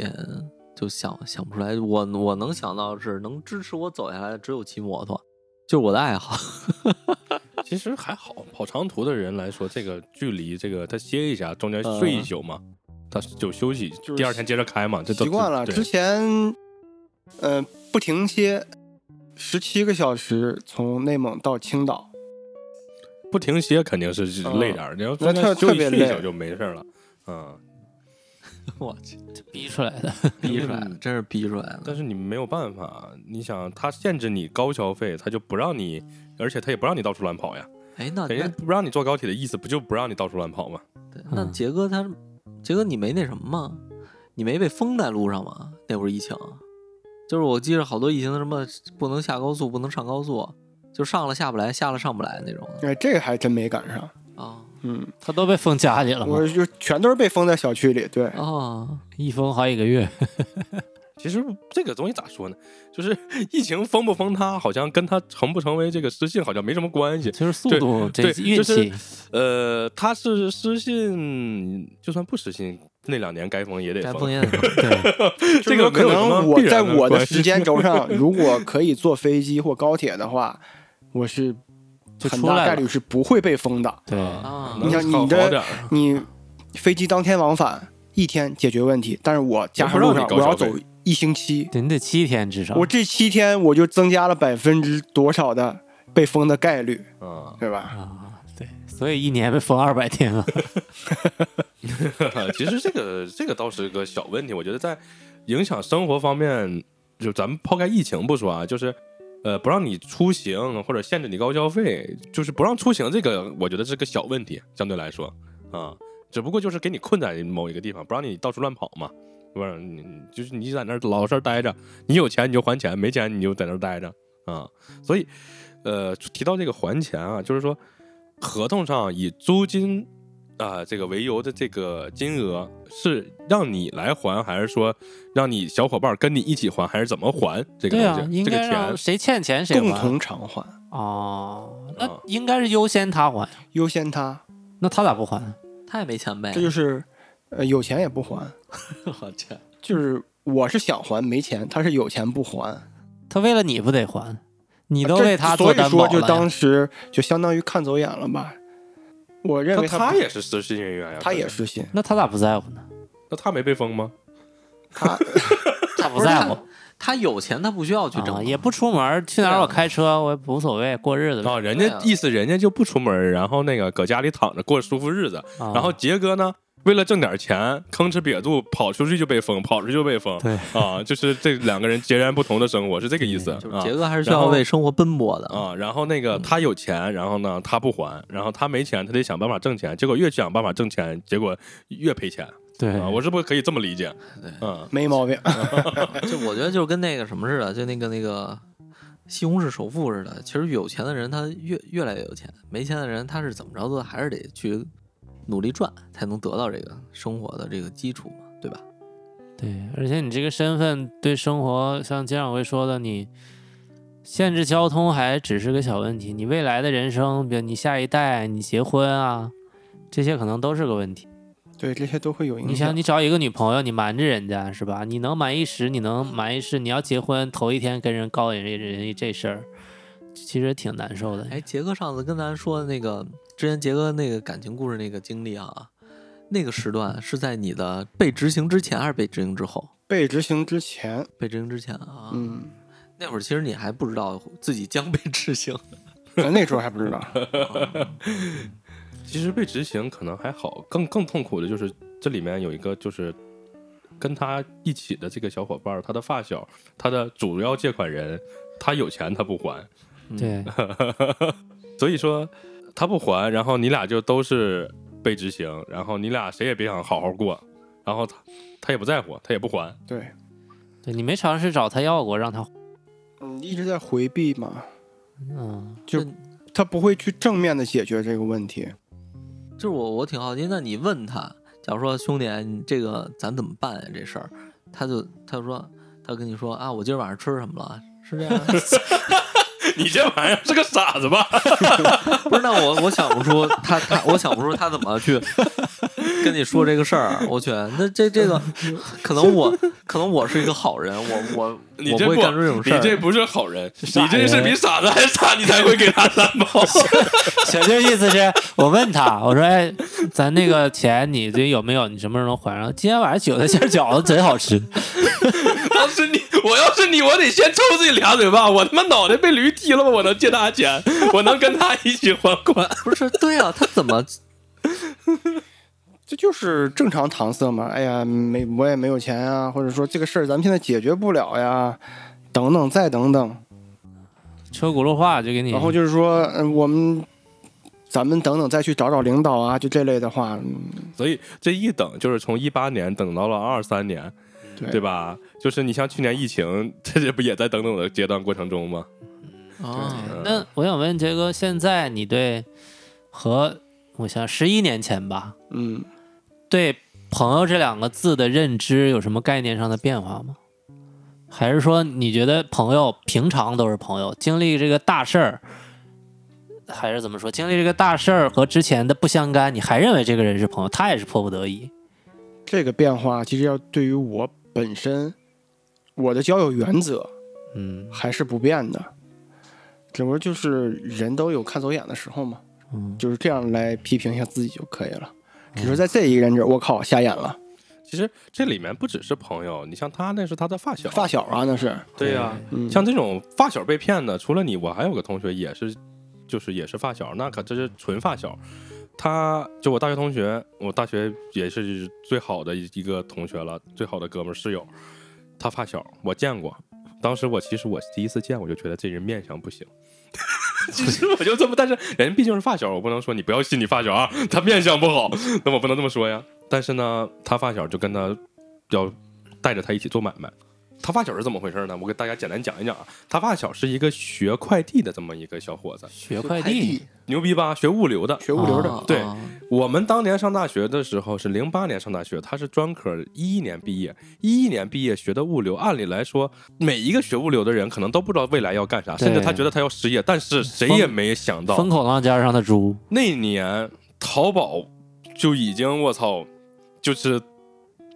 [SPEAKER 3] 就想想不出来。我我能想到是能支持我走下来的只有骑摩托，就是我的爱好。
[SPEAKER 4] 其实还好，跑长途的人来说，这个距离，这个他歇一下，中间睡一宿嘛，他就休息，
[SPEAKER 5] 是
[SPEAKER 4] 第二天接着开嘛，这都
[SPEAKER 5] 习惯了，
[SPEAKER 4] 对
[SPEAKER 5] 之前，呃，不停歇十七个小时，从内蒙到青岛，
[SPEAKER 4] 不停歇肯定是
[SPEAKER 5] 嗯
[SPEAKER 4] 累点儿，你要
[SPEAKER 5] 那
[SPEAKER 4] 中间
[SPEAKER 5] 特
[SPEAKER 4] 休息
[SPEAKER 5] 特别
[SPEAKER 4] 睡一
[SPEAKER 5] 累
[SPEAKER 4] 宿就没事儿了。嗯，
[SPEAKER 3] 我去，
[SPEAKER 1] 逼出来的，
[SPEAKER 3] 逼出来了，真是逼出来了。
[SPEAKER 4] 但是你没有办法，你想他限制你高消费，他就不让你，而且他也不让你到处乱跑呀。
[SPEAKER 3] 哎，那
[SPEAKER 4] 人
[SPEAKER 3] 那
[SPEAKER 4] 家不让你坐高铁的意思，不就不让你到处乱跑吗？
[SPEAKER 3] 对，那
[SPEAKER 1] 嗯
[SPEAKER 3] 杰哥他，杰哥你没那什么吗？你没被封在路上吗？那会儿疫情，就是我记着好多疫情的什么不能下高速，不能上高速，就上了下不来，下了上不来那种的
[SPEAKER 5] 哎、这个还真没赶上。
[SPEAKER 3] 啊
[SPEAKER 5] 嗯，
[SPEAKER 1] 他都被封家里
[SPEAKER 4] 嗯
[SPEAKER 1] 了吗？
[SPEAKER 5] 我就全都是被封在小区里，对，
[SPEAKER 3] 啊！
[SPEAKER 1] 一封好几个月，
[SPEAKER 4] 其实这个东西咋说呢？就是 疫情封不封它，好像跟它成不成为这个失信好像没什么关系。
[SPEAKER 1] 就是速
[SPEAKER 4] 对
[SPEAKER 1] 度，这
[SPEAKER 4] 对
[SPEAKER 1] 运
[SPEAKER 4] 就是
[SPEAKER 1] 气，
[SPEAKER 4] 呃，它是失信，就算不失信，那两年该封也得
[SPEAKER 3] 该封
[SPEAKER 4] 封。
[SPEAKER 3] 烟
[SPEAKER 1] 对，
[SPEAKER 4] 这个
[SPEAKER 5] 就是说可
[SPEAKER 4] 没有什么
[SPEAKER 5] 能我
[SPEAKER 4] 必
[SPEAKER 5] 在
[SPEAKER 4] 然的
[SPEAKER 5] 我的
[SPEAKER 4] 关系
[SPEAKER 5] 时间轴上，如果可以坐飞机或高铁的话，我是
[SPEAKER 1] 就
[SPEAKER 5] 很
[SPEAKER 1] 出
[SPEAKER 5] 大
[SPEAKER 1] 来
[SPEAKER 5] 概
[SPEAKER 1] 了
[SPEAKER 5] 率是不会被封的。
[SPEAKER 1] 对，
[SPEAKER 3] 啊！
[SPEAKER 5] 你像你
[SPEAKER 4] 能嗯好
[SPEAKER 5] 这
[SPEAKER 4] 好点儿
[SPEAKER 5] 你飞机当天往返，一天解决问题，但是我加上路上
[SPEAKER 4] 我不
[SPEAKER 5] 我
[SPEAKER 4] 让
[SPEAKER 5] 要
[SPEAKER 4] 你高消费
[SPEAKER 5] 走一星期，
[SPEAKER 1] 对你得七天至少。
[SPEAKER 5] 我这七天我就增加了百分之多少的被封的概率，
[SPEAKER 4] 啊。
[SPEAKER 5] 对吧？
[SPEAKER 1] 啊，对，所以一年被封二百天了。
[SPEAKER 4] 其实这个这个倒是个小问题，我觉得在影响生活方面，就咱们抛开疫情不说啊，就是呃不让你出行或者限制你高消费，就是不让出行这个，我觉得是个小问题，相对来说啊，只不过就是给你困在某一个地方，不让你到处乱跑嘛。不是你，你就是你在那儿老实待着，你有钱你就还钱，没钱你就在那儿待着啊。所以，呃，提到这个还钱啊，就是说合同上以租金啊、这个为由的这个金额是让你来还，还是说让你小伙伴跟你一起还，还是怎么还这个
[SPEAKER 1] 对啊
[SPEAKER 4] 东，西？
[SPEAKER 1] 应
[SPEAKER 4] 这个
[SPEAKER 1] 该
[SPEAKER 4] 钱
[SPEAKER 1] 让谁欠钱谁
[SPEAKER 5] 共
[SPEAKER 1] 还。
[SPEAKER 5] 同偿还，
[SPEAKER 1] 哦，
[SPEAKER 4] 啊
[SPEAKER 1] 那应该是优先他还，
[SPEAKER 5] 优先他，
[SPEAKER 1] 那他咋不还？
[SPEAKER 3] 他也没钱呗，
[SPEAKER 5] 这就是呃有钱也不还，
[SPEAKER 3] 我去，
[SPEAKER 5] 就是我是想还没钱，他是有钱不还，
[SPEAKER 1] 他为了你不得还？你都
[SPEAKER 5] 啊这
[SPEAKER 1] 为
[SPEAKER 5] 所
[SPEAKER 1] 他做
[SPEAKER 5] 以
[SPEAKER 1] 担
[SPEAKER 5] 说
[SPEAKER 1] 保
[SPEAKER 5] 就
[SPEAKER 1] 了
[SPEAKER 5] 当
[SPEAKER 1] 呀。
[SPEAKER 5] 时就相当于看走眼了吧。我认为
[SPEAKER 4] 那他也是失信人员呀，
[SPEAKER 5] 他也，失信，
[SPEAKER 1] 那他咋不在乎呢？
[SPEAKER 4] 那他没被封吗？
[SPEAKER 5] 他
[SPEAKER 1] 他不
[SPEAKER 3] 不是
[SPEAKER 1] 在
[SPEAKER 3] 他
[SPEAKER 1] 乎，
[SPEAKER 3] 他有钱，他不需要去
[SPEAKER 1] 啊
[SPEAKER 3] 整，
[SPEAKER 1] 也不出门，去哪
[SPEAKER 3] 对
[SPEAKER 1] 儿
[SPEAKER 3] 啊
[SPEAKER 1] 我开车，我也无所谓，过日子呗。
[SPEAKER 4] 啊，人
[SPEAKER 3] 对
[SPEAKER 4] 家
[SPEAKER 3] 啊
[SPEAKER 4] 意思人家就不出门，然后那个搁家里躺着过舒服日子，
[SPEAKER 1] 啊
[SPEAKER 4] 然后杰哥呢，为了挣点钱，吭哧瘪肚跑出去就被封，跑出去就被封。
[SPEAKER 1] 对
[SPEAKER 4] 啊，就是这两个人截然不同的生活，是这个意思
[SPEAKER 3] 就是
[SPEAKER 4] 啊
[SPEAKER 3] 杰哥还是需
[SPEAKER 4] 然
[SPEAKER 3] 要
[SPEAKER 4] 后
[SPEAKER 3] 为生活奔波的。
[SPEAKER 4] 啊。然后那个他有钱，然后呢他不还，然后他没钱，他得想办法挣钱，结果越想办法挣钱，结果越赔钱
[SPEAKER 1] 对
[SPEAKER 4] 啊。我是不是可以这么理解？嗯，
[SPEAKER 5] 没毛病，
[SPEAKER 3] 就我觉得就是跟那个什么似的，就那个那个西红柿首富似的。其实有钱的人他越越来越有钱，没钱的人他是怎么着都还是得去努力赚，才能得到这个生活的这个基础嘛，对吧？
[SPEAKER 1] 对，而且你这个身份对生活，像金掌柜说的，你限制交通还只是个小问题，你未来的人生，比如你下一代、你结婚啊，这些可能都是个问题。
[SPEAKER 5] 对，这些都会有影响。
[SPEAKER 1] 你想，你找一个女朋友，你瞒着人家是吧？你能瞒一时，你能瞒一世。你要结婚头一天跟人告人人家这事儿，其实挺难受的。
[SPEAKER 3] 哎，杰哥上次跟咱说的那个，之前杰哥那个感情故事那个经历啊，那个时段是在你的被执行之前还是被执行之后？
[SPEAKER 5] 被执行之前，
[SPEAKER 3] 被执行之前啊，
[SPEAKER 5] 嗯，
[SPEAKER 3] 那会儿其实你还不知道自己将被执行。
[SPEAKER 5] 咱呃那时候还不知道。
[SPEAKER 4] 其实被执行可能还好，更更痛苦的就是这里面有一个就是跟他一起的这个小伙伴儿，他的发小，他的主要借款人，他有钱他不还，
[SPEAKER 1] 对，
[SPEAKER 4] 所以说他不还，然后你俩就都是被执行，然后你俩谁也别想好好过，然后他他也不在乎，他也不还，
[SPEAKER 5] 对，
[SPEAKER 1] 对你没尝试找他要过，让他
[SPEAKER 5] 嗯，一直在回避嘛，
[SPEAKER 1] 嗯，
[SPEAKER 5] 就
[SPEAKER 3] 那
[SPEAKER 5] 他不会去正面的解决这个问题。
[SPEAKER 3] 就是我我挺好奇，那你问他，假如说兄弟，哎你这个咱怎么办呀？这事儿，他就他就说他跟你说啊，我今儿晚上吃什么了？是这样啊，
[SPEAKER 4] 你这玩意儿是个傻子吧？
[SPEAKER 3] 不是？那我我想不出他他我想不出他怎么去跟你说这个事儿。啊我去，那这这个可能我可能我是一个好人，我我
[SPEAKER 4] 你
[SPEAKER 3] 我
[SPEAKER 4] 这
[SPEAKER 3] 不会干出这种
[SPEAKER 4] 你
[SPEAKER 3] 事儿。
[SPEAKER 4] 这不是好人，你这是比傻子还傻，你才会给他三包。
[SPEAKER 1] 小舅意思是我问他，我说哎，咱那个钱你这有没有？你什么时候能还上？今天晚上韭菜馅儿饺子真好吃。
[SPEAKER 4] 当时你，我要是你，我得先抽自己俩嘴巴。我他妈脑袋被驴踢了吗？我能借他钱？我能跟他一起还款？
[SPEAKER 3] 不是对啊，他怎么
[SPEAKER 5] 这就是正常搪塞嘛。哎呀，没我也没有钱啊，或者说这个事儿咱们现在解决不了呀，等等再等等。
[SPEAKER 1] 车轱辘话就给你，
[SPEAKER 5] 然后就是说，嗯，我们咱们等等再去找找领导啊，就这类的话，嗯，
[SPEAKER 4] 所以这一等就是从一八年等到了二三年，
[SPEAKER 5] 对
[SPEAKER 4] 对吧？就是你像去年疫情， 这这不也在等等的阶段过程中吗？嗯
[SPEAKER 3] 啊？
[SPEAKER 1] 那我想问杰哥，现在你对和我想十一年前吧，
[SPEAKER 5] 嗯，
[SPEAKER 1] 对“朋友”这两个字的认知有什么概念上的变化吗？还是说你觉得朋友平常都是朋友，经历这个大事儿，还是怎么说？经历这个大事儿和之前的不相干，你还认为这个人是朋友，他也是迫不得已。
[SPEAKER 5] 这个变化其实要对于我本身，我的交友原则
[SPEAKER 1] 嗯
[SPEAKER 5] 还是不变的，只不过就是人都有看走眼的时候嘛，
[SPEAKER 1] 嗯，
[SPEAKER 5] 就是这样来批评一下自己就可以了。只是在这一个人这儿，我靠，瞎眼了，
[SPEAKER 4] 其实这里面不只是朋友，你像他那是他的发小，
[SPEAKER 5] 发小啊，那是，
[SPEAKER 4] 对呀、
[SPEAKER 5] 嗯，
[SPEAKER 4] 像这种发小被骗的，除了你，我还有个同学也是，就是也是发小，那可真是纯发小。他就我大学同学，我大学也是最好的一个同学了，最好的哥们儿室友。他发小我见过，当时我其实我第一次见我就觉得这人面相不行。 其实我就这么，但是人毕竟是发小，我不能说你不要信你发小啊， 他面相不好，那我不能这么说呀。但是呢，他发小就跟他要带着他一起做买卖。他发小是怎么回事呢？我给大家简单讲一讲啊。他发小是一个学快递的这么一个小伙子，
[SPEAKER 1] 学快递，
[SPEAKER 4] 牛逼吧？学物流的。
[SPEAKER 5] 学物流的，
[SPEAKER 3] 啊
[SPEAKER 4] 对
[SPEAKER 3] 啊
[SPEAKER 4] 我们当年上大学的时候是零八年上大学，他是专科，一一年毕业，一一年毕业学的物流。按理来说，每一个学物流的人可能都不知道未来要干啥，
[SPEAKER 1] 对
[SPEAKER 4] 甚至他觉得他要失业，但是谁也没想到
[SPEAKER 1] 风口浪尖上的猪，
[SPEAKER 4] 那年淘宝就已经我操，就是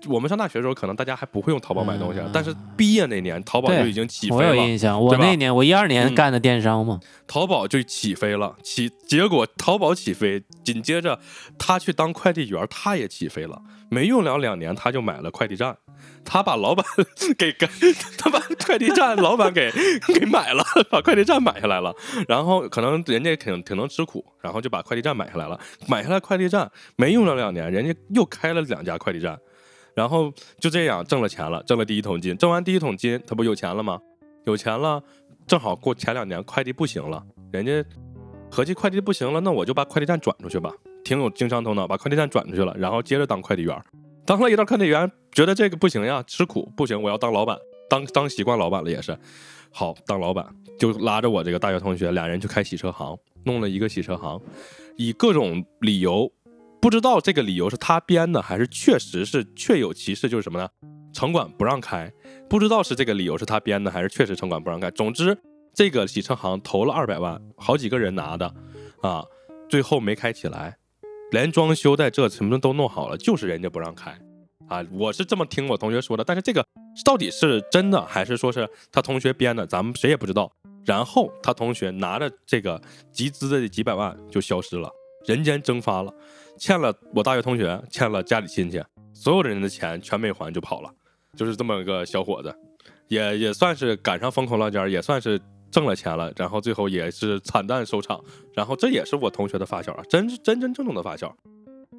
[SPEAKER 4] 我们上大学的时候，可能大家还不会用淘宝买东西啊，
[SPEAKER 1] 嗯
[SPEAKER 4] 但是毕业那年淘宝
[SPEAKER 1] 对
[SPEAKER 4] 就已经起
[SPEAKER 1] 我
[SPEAKER 4] 飞
[SPEAKER 1] 有
[SPEAKER 4] 了。
[SPEAKER 1] 印象，我
[SPEAKER 4] 对吧
[SPEAKER 1] 那年我一二年
[SPEAKER 4] 嗯
[SPEAKER 1] 干的电商嘛，
[SPEAKER 4] 淘宝就起飞了，起结果淘宝起飞，紧接着他去当快递员，他也起飞了。没用了两年，他就买了快递站，他把老板 给给，他把快递站老板给给买了，把快递站买下来了。然后可能人家挺挺能吃苦，然后就把快递站买下来了。买下来快递站没用了两年，人家又开了两家快递站，然后就这样挣了钱了，挣了第一桶金。挣完第一桶金，他不有钱了吗？有钱了，正好过前两年快递不行了，人家合计快递不行了，那我就把快递站转出去吧，挺有经商头脑，把快递站转出去了，然后接着当快递员，当了一段快递员，觉得这个不行呀，吃苦不行，我要当老板，当当习惯老板了也是，好当老板就拉着我这个大学同学，俩人去开洗车行，弄了一个洗车行，以各种理由不知道这个理由是他编的，还是确实是确有其事，就是什么呢？城管不让开，不知道是这个理由是他编的，还是确实城管不让开。总之，这个洗车行投了二百万，好几个人拿的啊，最后没开起来，连装修带这什么都弄好了，就是人家不让开啊。我是这么听我同学说的，但是这个到底是真的还是说是他同学编的，咱们谁也不知道。然后他同学拿着这个集资的这几百万就消失了，人间蒸发了，欠了我大学同学，欠了家里亲戚，所有人的钱全没还就跑了，就是这么个小伙子，也也算是赶上风口浪尖儿，也算是挣了钱了，然后最后也是惨淡收场。然后这也是我同学的发小啊，真真真正正的发小。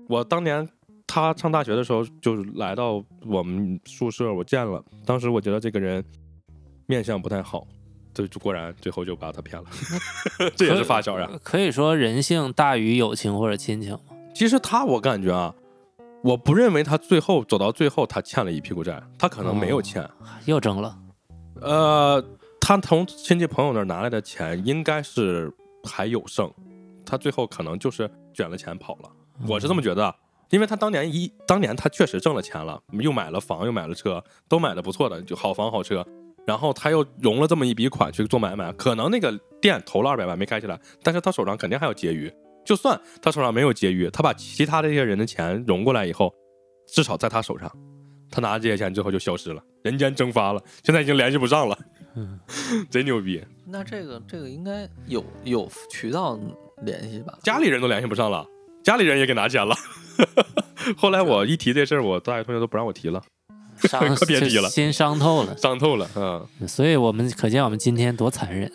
[SPEAKER 4] 我当年他上大学的时候，就是来到我们宿舍，我见了，当时我觉得这个人面相不太好。就就果然最后就把他骗了， 这也是发小呀、
[SPEAKER 1] 可以说人性大于友情或者亲情。
[SPEAKER 4] 其实他，我感觉啊，我不认为他最后走到最后，他欠了一屁股债，他可能没有欠。
[SPEAKER 1] 又争了，
[SPEAKER 4] 呃，他从亲戚朋友那儿拿来的钱，应该是还有剩，他最后可能就是卷了钱跑了。我是这么觉得啊，因为他当年一当年他确实挣了钱了，又买了房，又买了车，都买的不错的，就好房好车。然后他又融了这么一笔款去做买卖，可能那个店投了二百万没开起来，但是他手上肯定还有结余。就算他手上没有结余，他把其他这些人的钱融过来以后，至少在他手上，他拿这些钱之后就消失了，人间蒸发了，现在已经联系不上了。 贼牛逼，
[SPEAKER 3] 那这个这个应该有有渠道联系吧？
[SPEAKER 4] 家里人都联系不上了，家里人也给拿钱了。 后来我一提这事儿，我大学同学都不让我提了，
[SPEAKER 1] 伤
[SPEAKER 4] 可别提了
[SPEAKER 1] 就心伤透了。
[SPEAKER 4] 伤透了。嗯，
[SPEAKER 1] 所以我们可见我们今天多残忍。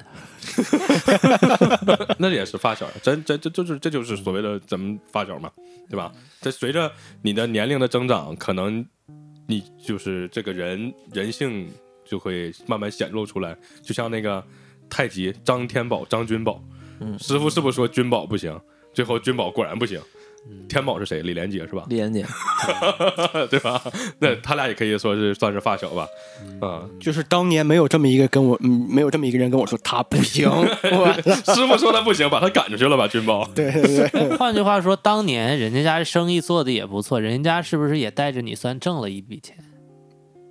[SPEAKER 4] 那也是发小，真真这就是这就是所谓的咱们发小嘛，对吧？这随着你的年龄的增长，可能你就是这个人人性就会慢慢显露出来，就像那个太极张天宝、张君宝，
[SPEAKER 3] 嗯
[SPEAKER 4] 师傅是不是说君宝不行？最后君宝果然不行，天宝是谁？李连杰是吧？
[SPEAKER 3] 李岩姐，
[SPEAKER 4] 对吧？那他俩也可以说是算是发小吧，啊、
[SPEAKER 5] 就是当年没有这么一个跟我，嗯，没有这么一个人跟我说他不行， 我
[SPEAKER 4] 师傅说他不行，把他赶出去了吧，君宝。
[SPEAKER 5] 对对对，
[SPEAKER 1] 换句话说，当年人家家生意做的也不错，人家是不是也带着你算挣了一笔钱？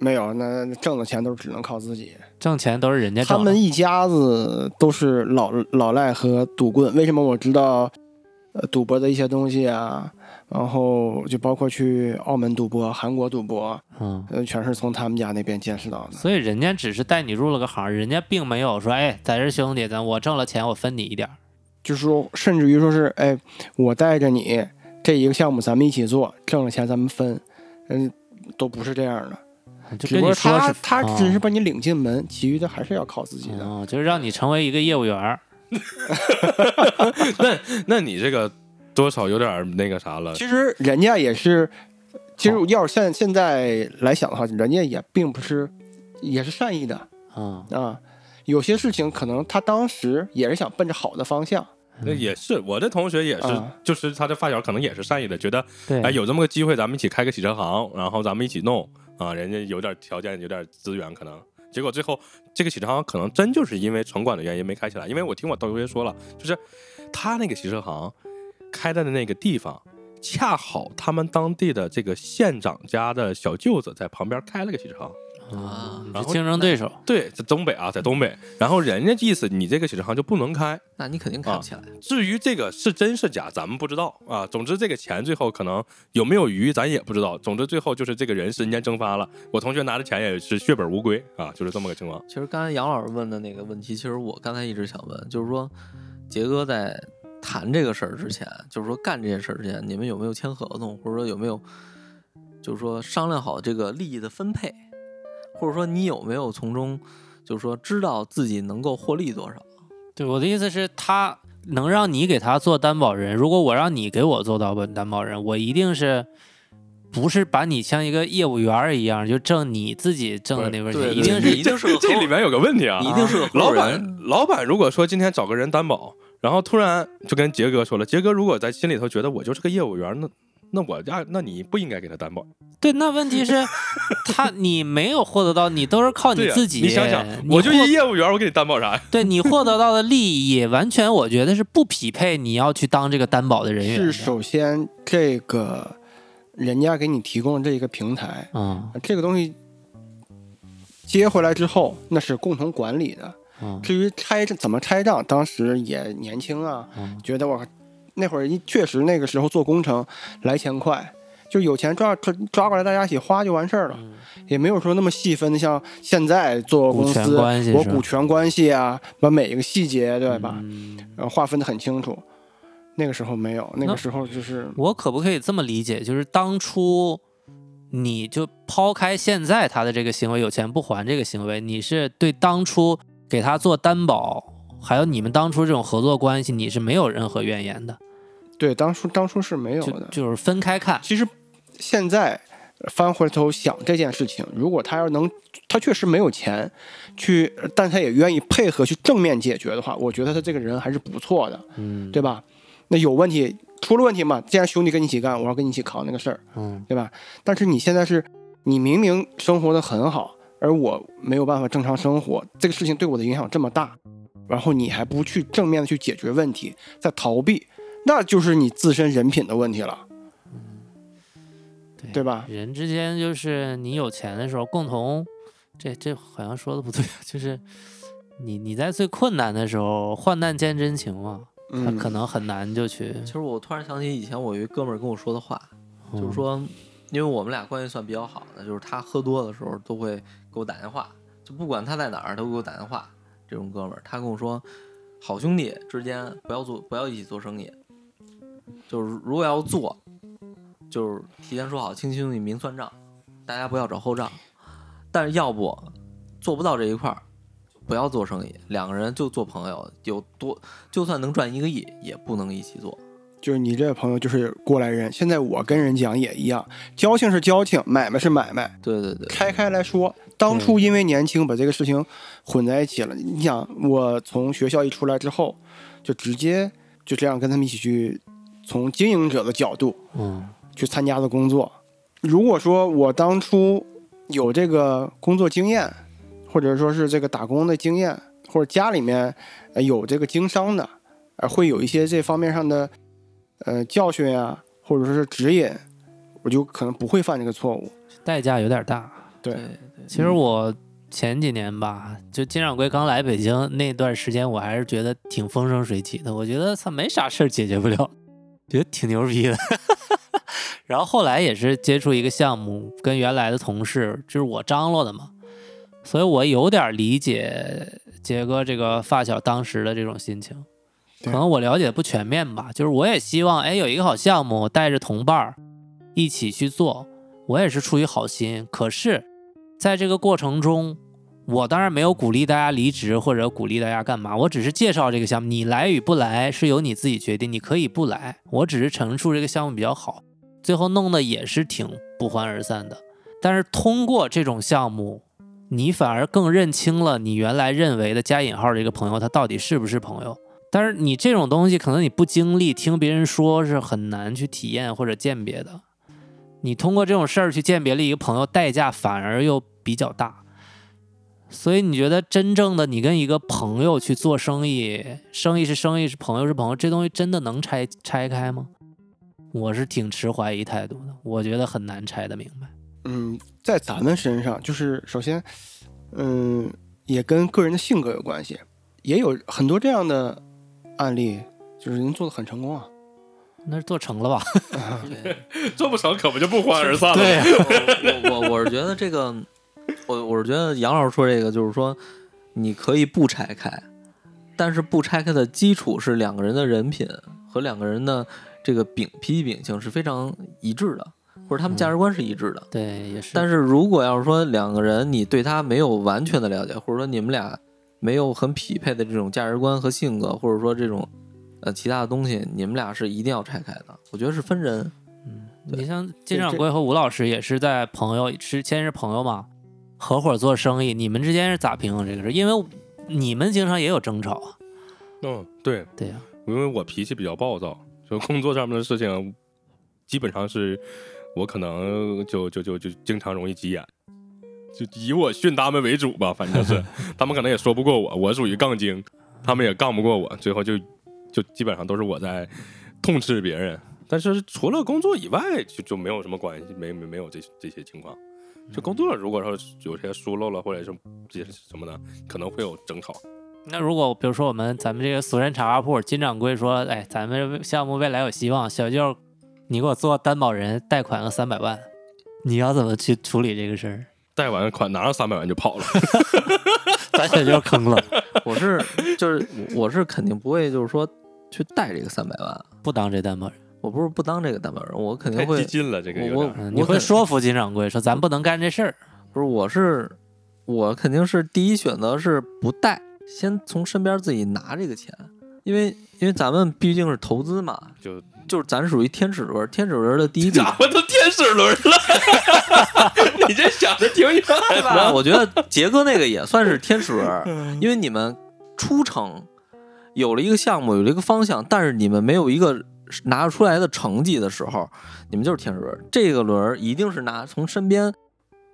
[SPEAKER 5] 没有，那挣的钱都只能靠自己。
[SPEAKER 1] 挣钱都是人家
[SPEAKER 5] 他
[SPEAKER 1] 挣的
[SPEAKER 5] 们。一家子都是老老赖和赌棍。为什么我知道，呃，赌博的一些东西啊，然后就包括去澳门赌博、韩国赌博，
[SPEAKER 1] 嗯，
[SPEAKER 5] 呃，全是从他们家那边见识到的。
[SPEAKER 1] 所以人家只是带你入了个行，人家并没有说，哎，咱是兄弟，咱我挣了钱，我分你一点儿。
[SPEAKER 5] 就是说，甚至于说是，哎，我带着你这一个项目，咱们一起做，挣了钱咱们分，嗯，都不是这样的。
[SPEAKER 1] 就
[SPEAKER 5] 只
[SPEAKER 1] 跟
[SPEAKER 5] 不过
[SPEAKER 1] 你说
[SPEAKER 5] 他
[SPEAKER 1] 是，
[SPEAKER 5] 他
[SPEAKER 1] 嗯
[SPEAKER 5] 只是把你领进门，其余的还是要靠自己的。
[SPEAKER 1] 哦，就是让你成为一个业务员儿。
[SPEAKER 4] 那那你这个多少有点那个啥了，
[SPEAKER 5] 其实人家也是，其实要是现现在来想的话，人家也并不是，也是善意的
[SPEAKER 1] 嗯，
[SPEAKER 5] 啊。有些事情可能他当时也是想奔着好的方向，
[SPEAKER 4] 那也是我这同学也是，
[SPEAKER 5] 啊
[SPEAKER 4] 就是他的发小可能也是善意的，觉得
[SPEAKER 1] 对，
[SPEAKER 4] 哎有这么个机会，咱们一起开个洗车行，然后咱们一起弄啊，人家有点条件，有点资源，可能结果最后这个洗车行可能真就是因为城管的原因没开起来，因为我听我同学说了，就是他那个洗车行开在的那个地方。恰好他们当地的这个县长家的小舅子在旁边开了个洗车行，
[SPEAKER 1] 啊，你
[SPEAKER 4] 然
[SPEAKER 1] 是
[SPEAKER 4] 后
[SPEAKER 1] 竞争对手，
[SPEAKER 4] 对，在东北啊，在东北。然后人家意思你这个洗车行就不能开，
[SPEAKER 3] 那你肯定
[SPEAKER 4] 哦
[SPEAKER 3] 看不起来。
[SPEAKER 4] 至于这个是真是假，咱们不知道啊。总之，这个钱最后可能有没有余，咱也不知道。总之，最后就是这个人是人间蒸发了。我同学拿着钱也是血本无归啊，就是这么个情况。
[SPEAKER 3] 其实刚才杨老师问的那个问题，其实我刚才一直想问，就是说，杰哥在谈这个事儿之前，就是说干这件事儿之前，你们有没有签合同，或者说有没有，就是说商量好这个利益的分配，或者说你有没有从中，就是说知道自己能够获利多少？
[SPEAKER 1] 对我的意思是，他能让你给他做担保人，如果我让你给我做到担保人，我一定是不是把你像一个业务员儿一样，就挣你自己挣的那份钱，一定
[SPEAKER 3] 你
[SPEAKER 1] 是
[SPEAKER 3] 一定是个
[SPEAKER 4] 这
[SPEAKER 3] 合
[SPEAKER 4] 里面有个问题啊
[SPEAKER 3] 你，一定是个合
[SPEAKER 4] 老
[SPEAKER 3] 伙人
[SPEAKER 4] 板，老板如果说今天找个人担保，然后突然就跟杰哥说了，杰哥如果在心里头觉得我就是个业务员，那那我按那你不应该给他担保。
[SPEAKER 1] 对，那 问题是，他你没有获得到，你都是靠
[SPEAKER 5] 啊
[SPEAKER 1] 你
[SPEAKER 4] 对呀
[SPEAKER 1] 自己。
[SPEAKER 4] 你想想，
[SPEAKER 1] 你
[SPEAKER 4] 我就
[SPEAKER 1] 获
[SPEAKER 4] 一业务员，我给你担保啥呀？
[SPEAKER 1] 对你获得到的利益，完全我觉得是不匹配你要去当这个担保的人员
[SPEAKER 5] 是
[SPEAKER 1] 的。
[SPEAKER 5] 首先这个人家给你提供这一个平台，
[SPEAKER 1] 嗯
[SPEAKER 5] 这个东西接回来之后，那是共同管理的。
[SPEAKER 1] 嗯
[SPEAKER 5] 至于拆怎么拆账，当时也年轻啊，
[SPEAKER 1] 嗯
[SPEAKER 5] 觉得我那会儿一确实那个时候做工程来钱快，就有钱抓抓抓过来，大家一起花就完事儿了，也没有说那么细分的，像现在做公
[SPEAKER 1] 股
[SPEAKER 5] 司
[SPEAKER 1] 权关系
[SPEAKER 5] 我
[SPEAKER 1] 是
[SPEAKER 5] 股权关系啊，把每一个细节对吧，
[SPEAKER 1] 嗯
[SPEAKER 5] 呃划分的很清楚。那个时候没有，那
[SPEAKER 1] 那
[SPEAKER 5] 个时候就是
[SPEAKER 1] 我可不可以这么理解？就是当初你就抛开现在他的这个行为，有钱不还这个行为，你是对当初给他做担保，还有你们当初这种合作关系，你是没有任何怨言的，
[SPEAKER 5] 对当初当初是没有
[SPEAKER 1] 就
[SPEAKER 5] 的。
[SPEAKER 1] 就是分开看。
[SPEAKER 5] 其实现在翻回头想这件事情，如果他要能，他确实没有钱去，呃但他也愿意配合去正面解决的话，我觉得他这个人还是不错的，
[SPEAKER 1] 嗯，
[SPEAKER 5] 对吧？那有问题出了问题嘛，既然兄弟跟你一起干，我要跟你一起扛那个事儿，
[SPEAKER 1] 嗯
[SPEAKER 5] 对吧？但是你现在是，你明明生活的很好，而我没有办法正常生活，这个事情对我的影响这么大，然后你还不去正面的去解决问题，在逃避，那就是你自身人品的问题了，对吧？
[SPEAKER 1] 人之间就是你有钱的时候共同，这这好像说的不对，啊就是你你在最困难的时候患难见真情嘛，他
[SPEAKER 5] 嗯，
[SPEAKER 1] 可能很难就去，
[SPEAKER 3] 其实我突然想起以前我有一哥们儿跟我说的话，
[SPEAKER 1] 嗯
[SPEAKER 3] 就是说，因为我们俩关系算比较好的，就是他喝多的时候都会给我打电话，就不管他在哪儿都给我打电话。这种哥们儿，他跟我说，好兄弟之间不要做，不要一起做生意，就是如果要做，就是提前说好，清清楚楚明算账，大家不要找后账。但是要不做不到这一块儿，不要做生意，两个人就做朋友，有多就算能赚一个亿，也不能一起做。
[SPEAKER 5] 就是你这位朋友就是过来人。现在我跟人讲也一样，交情是交情，买卖是买卖，
[SPEAKER 3] 对对对，
[SPEAKER 5] 拆开来说，当初因为年轻把这个事情混在一起了。你想，我从学校一出来之后，就直接就这样跟他们一起去，从经营者的角度
[SPEAKER 1] 嗯
[SPEAKER 5] 去参加的工作。如果说我当初有这个工作经验，或者说是这个打工的经验，或者家里面呃有这个经商的，呃，会有一些这方面上的呃教训啊，或者说是指引，我就可能不会犯这个错误。
[SPEAKER 1] 嗯代价有点大。
[SPEAKER 5] 对
[SPEAKER 3] 对
[SPEAKER 1] 其实我前几年吧，就金掌柜刚来北京那段时间，我还是觉得挺风生水起的。我觉得他没啥事儿解决不了，觉得挺牛逼的。 然后后来也是接触一个项目，跟原来的同事，就是我张罗的嘛，所以我有点理解杰哥这个发小当时的这种心情。可
[SPEAKER 5] 对
[SPEAKER 1] 能我了解不全面吧，就是我也希望，哎，有一个好项目，带着同伴儿一起去做，我也是出于好心。可是在这个过程中，我当然没有鼓励大家离职或者鼓励大家干嘛，我只是介绍这个项目，你来与不来是由你自己决定，你可以不来，我只是陈述这个项目比较好，最后弄得也是挺不欢而散的。但是通过这种项目，你反而更认清了你原来认为的加引号这个朋友他到底是不是朋友。但是你这种东西，可能你不经历，听别人说是很难去体验或者鉴别的。你通过这种事儿去鉴别了一个朋友，代价反而又比较大。所以你觉得真正的你跟一个朋友去做生意，生意是生意，是朋友是朋友，这东西真的能拆拆开吗？我是挺持怀疑态度的，我觉得很难拆得明白。
[SPEAKER 5] 嗯，在咱们身上，就是首先，嗯，也跟个人的性格有关系，也有很多这样的案例，就是人做的很成功啊。
[SPEAKER 1] 那是做成了吧？
[SPEAKER 4] 做不成可不就不欢而散了？
[SPEAKER 1] 对
[SPEAKER 3] 我我我是觉得这个，我我是觉得杨老师说这个，就是说你可以不拆开，但是不拆开的基础是两个人的人品和两个人的这个秉批秉性是非常一致的，或者他们价值观是一致的。
[SPEAKER 1] 对，也是。
[SPEAKER 3] 但是如果要是说两个人你对他没有完全的了解，或者说你们俩没有很匹配的这种价值观和性格，或者说这种呃其他的东西，你们俩是一定要拆开的。我觉得是分人，
[SPEAKER 1] 嗯
[SPEAKER 3] 对
[SPEAKER 1] 你像
[SPEAKER 5] 这
[SPEAKER 1] 金掌
[SPEAKER 5] 这
[SPEAKER 1] 柜和吴老师也是在朋友是先是朋友嘛，合伙做生意，你们之间是咋平衡这个事？因为你们经常也有争吵啊，
[SPEAKER 4] 嗯，对，
[SPEAKER 1] 对呀、
[SPEAKER 4] 因为我脾气比较暴躁，就工作上面的事情，基本上是我可能就就就就经常容易急眼，就以我训他们为主吧，反正是他们可能也说不过我，我属于杠精，他们也杠不过我，最后就就基本上都是我在痛斥别人。但是除了工作以外，就就没有什么关系，没没没有这这些情况。就工作，如果说有些疏漏了，或者是这些什么的，可能会有争吵。
[SPEAKER 1] 那如果比如说我们咱们这个俗人茶话铺金掌柜说，哎，咱们这项目未来有希望，小舅，你给我做担保人，贷款个三百万，你要怎么去处理这个事儿？
[SPEAKER 4] 贷完款拿上三百万就跑了，
[SPEAKER 1] 咱小舅坑了，
[SPEAKER 3] 我是就是我是肯定不会就是说去贷这个三百万，
[SPEAKER 1] 不当这担保人。
[SPEAKER 3] 我不是不当这个担保人，我肯
[SPEAKER 4] 太
[SPEAKER 3] 定
[SPEAKER 4] 激
[SPEAKER 3] 会
[SPEAKER 4] 进了，这个有
[SPEAKER 3] 我
[SPEAKER 4] 点儿。
[SPEAKER 3] 我
[SPEAKER 1] 嗯，你会
[SPEAKER 3] 肯
[SPEAKER 1] 说服金掌柜说咱不能干这事儿，
[SPEAKER 3] 不是我是我肯定是第一选择是不贷，先从身边自己拿这个钱，因为因为咱们毕竟是投资嘛，
[SPEAKER 4] 就
[SPEAKER 3] 就是咱属于天使轮，天使轮的第一笔。
[SPEAKER 4] 我都天使轮了， 你这想的挺远
[SPEAKER 3] 那
[SPEAKER 4] 的。
[SPEAKER 3] 我觉得杰哥那个也算是天使轮，因为你们出城有了一个项目，有了一个方向，但是你们没有一个拿出来的成绩的时候，你们就是天使轮。这个轮儿一定是拿从身边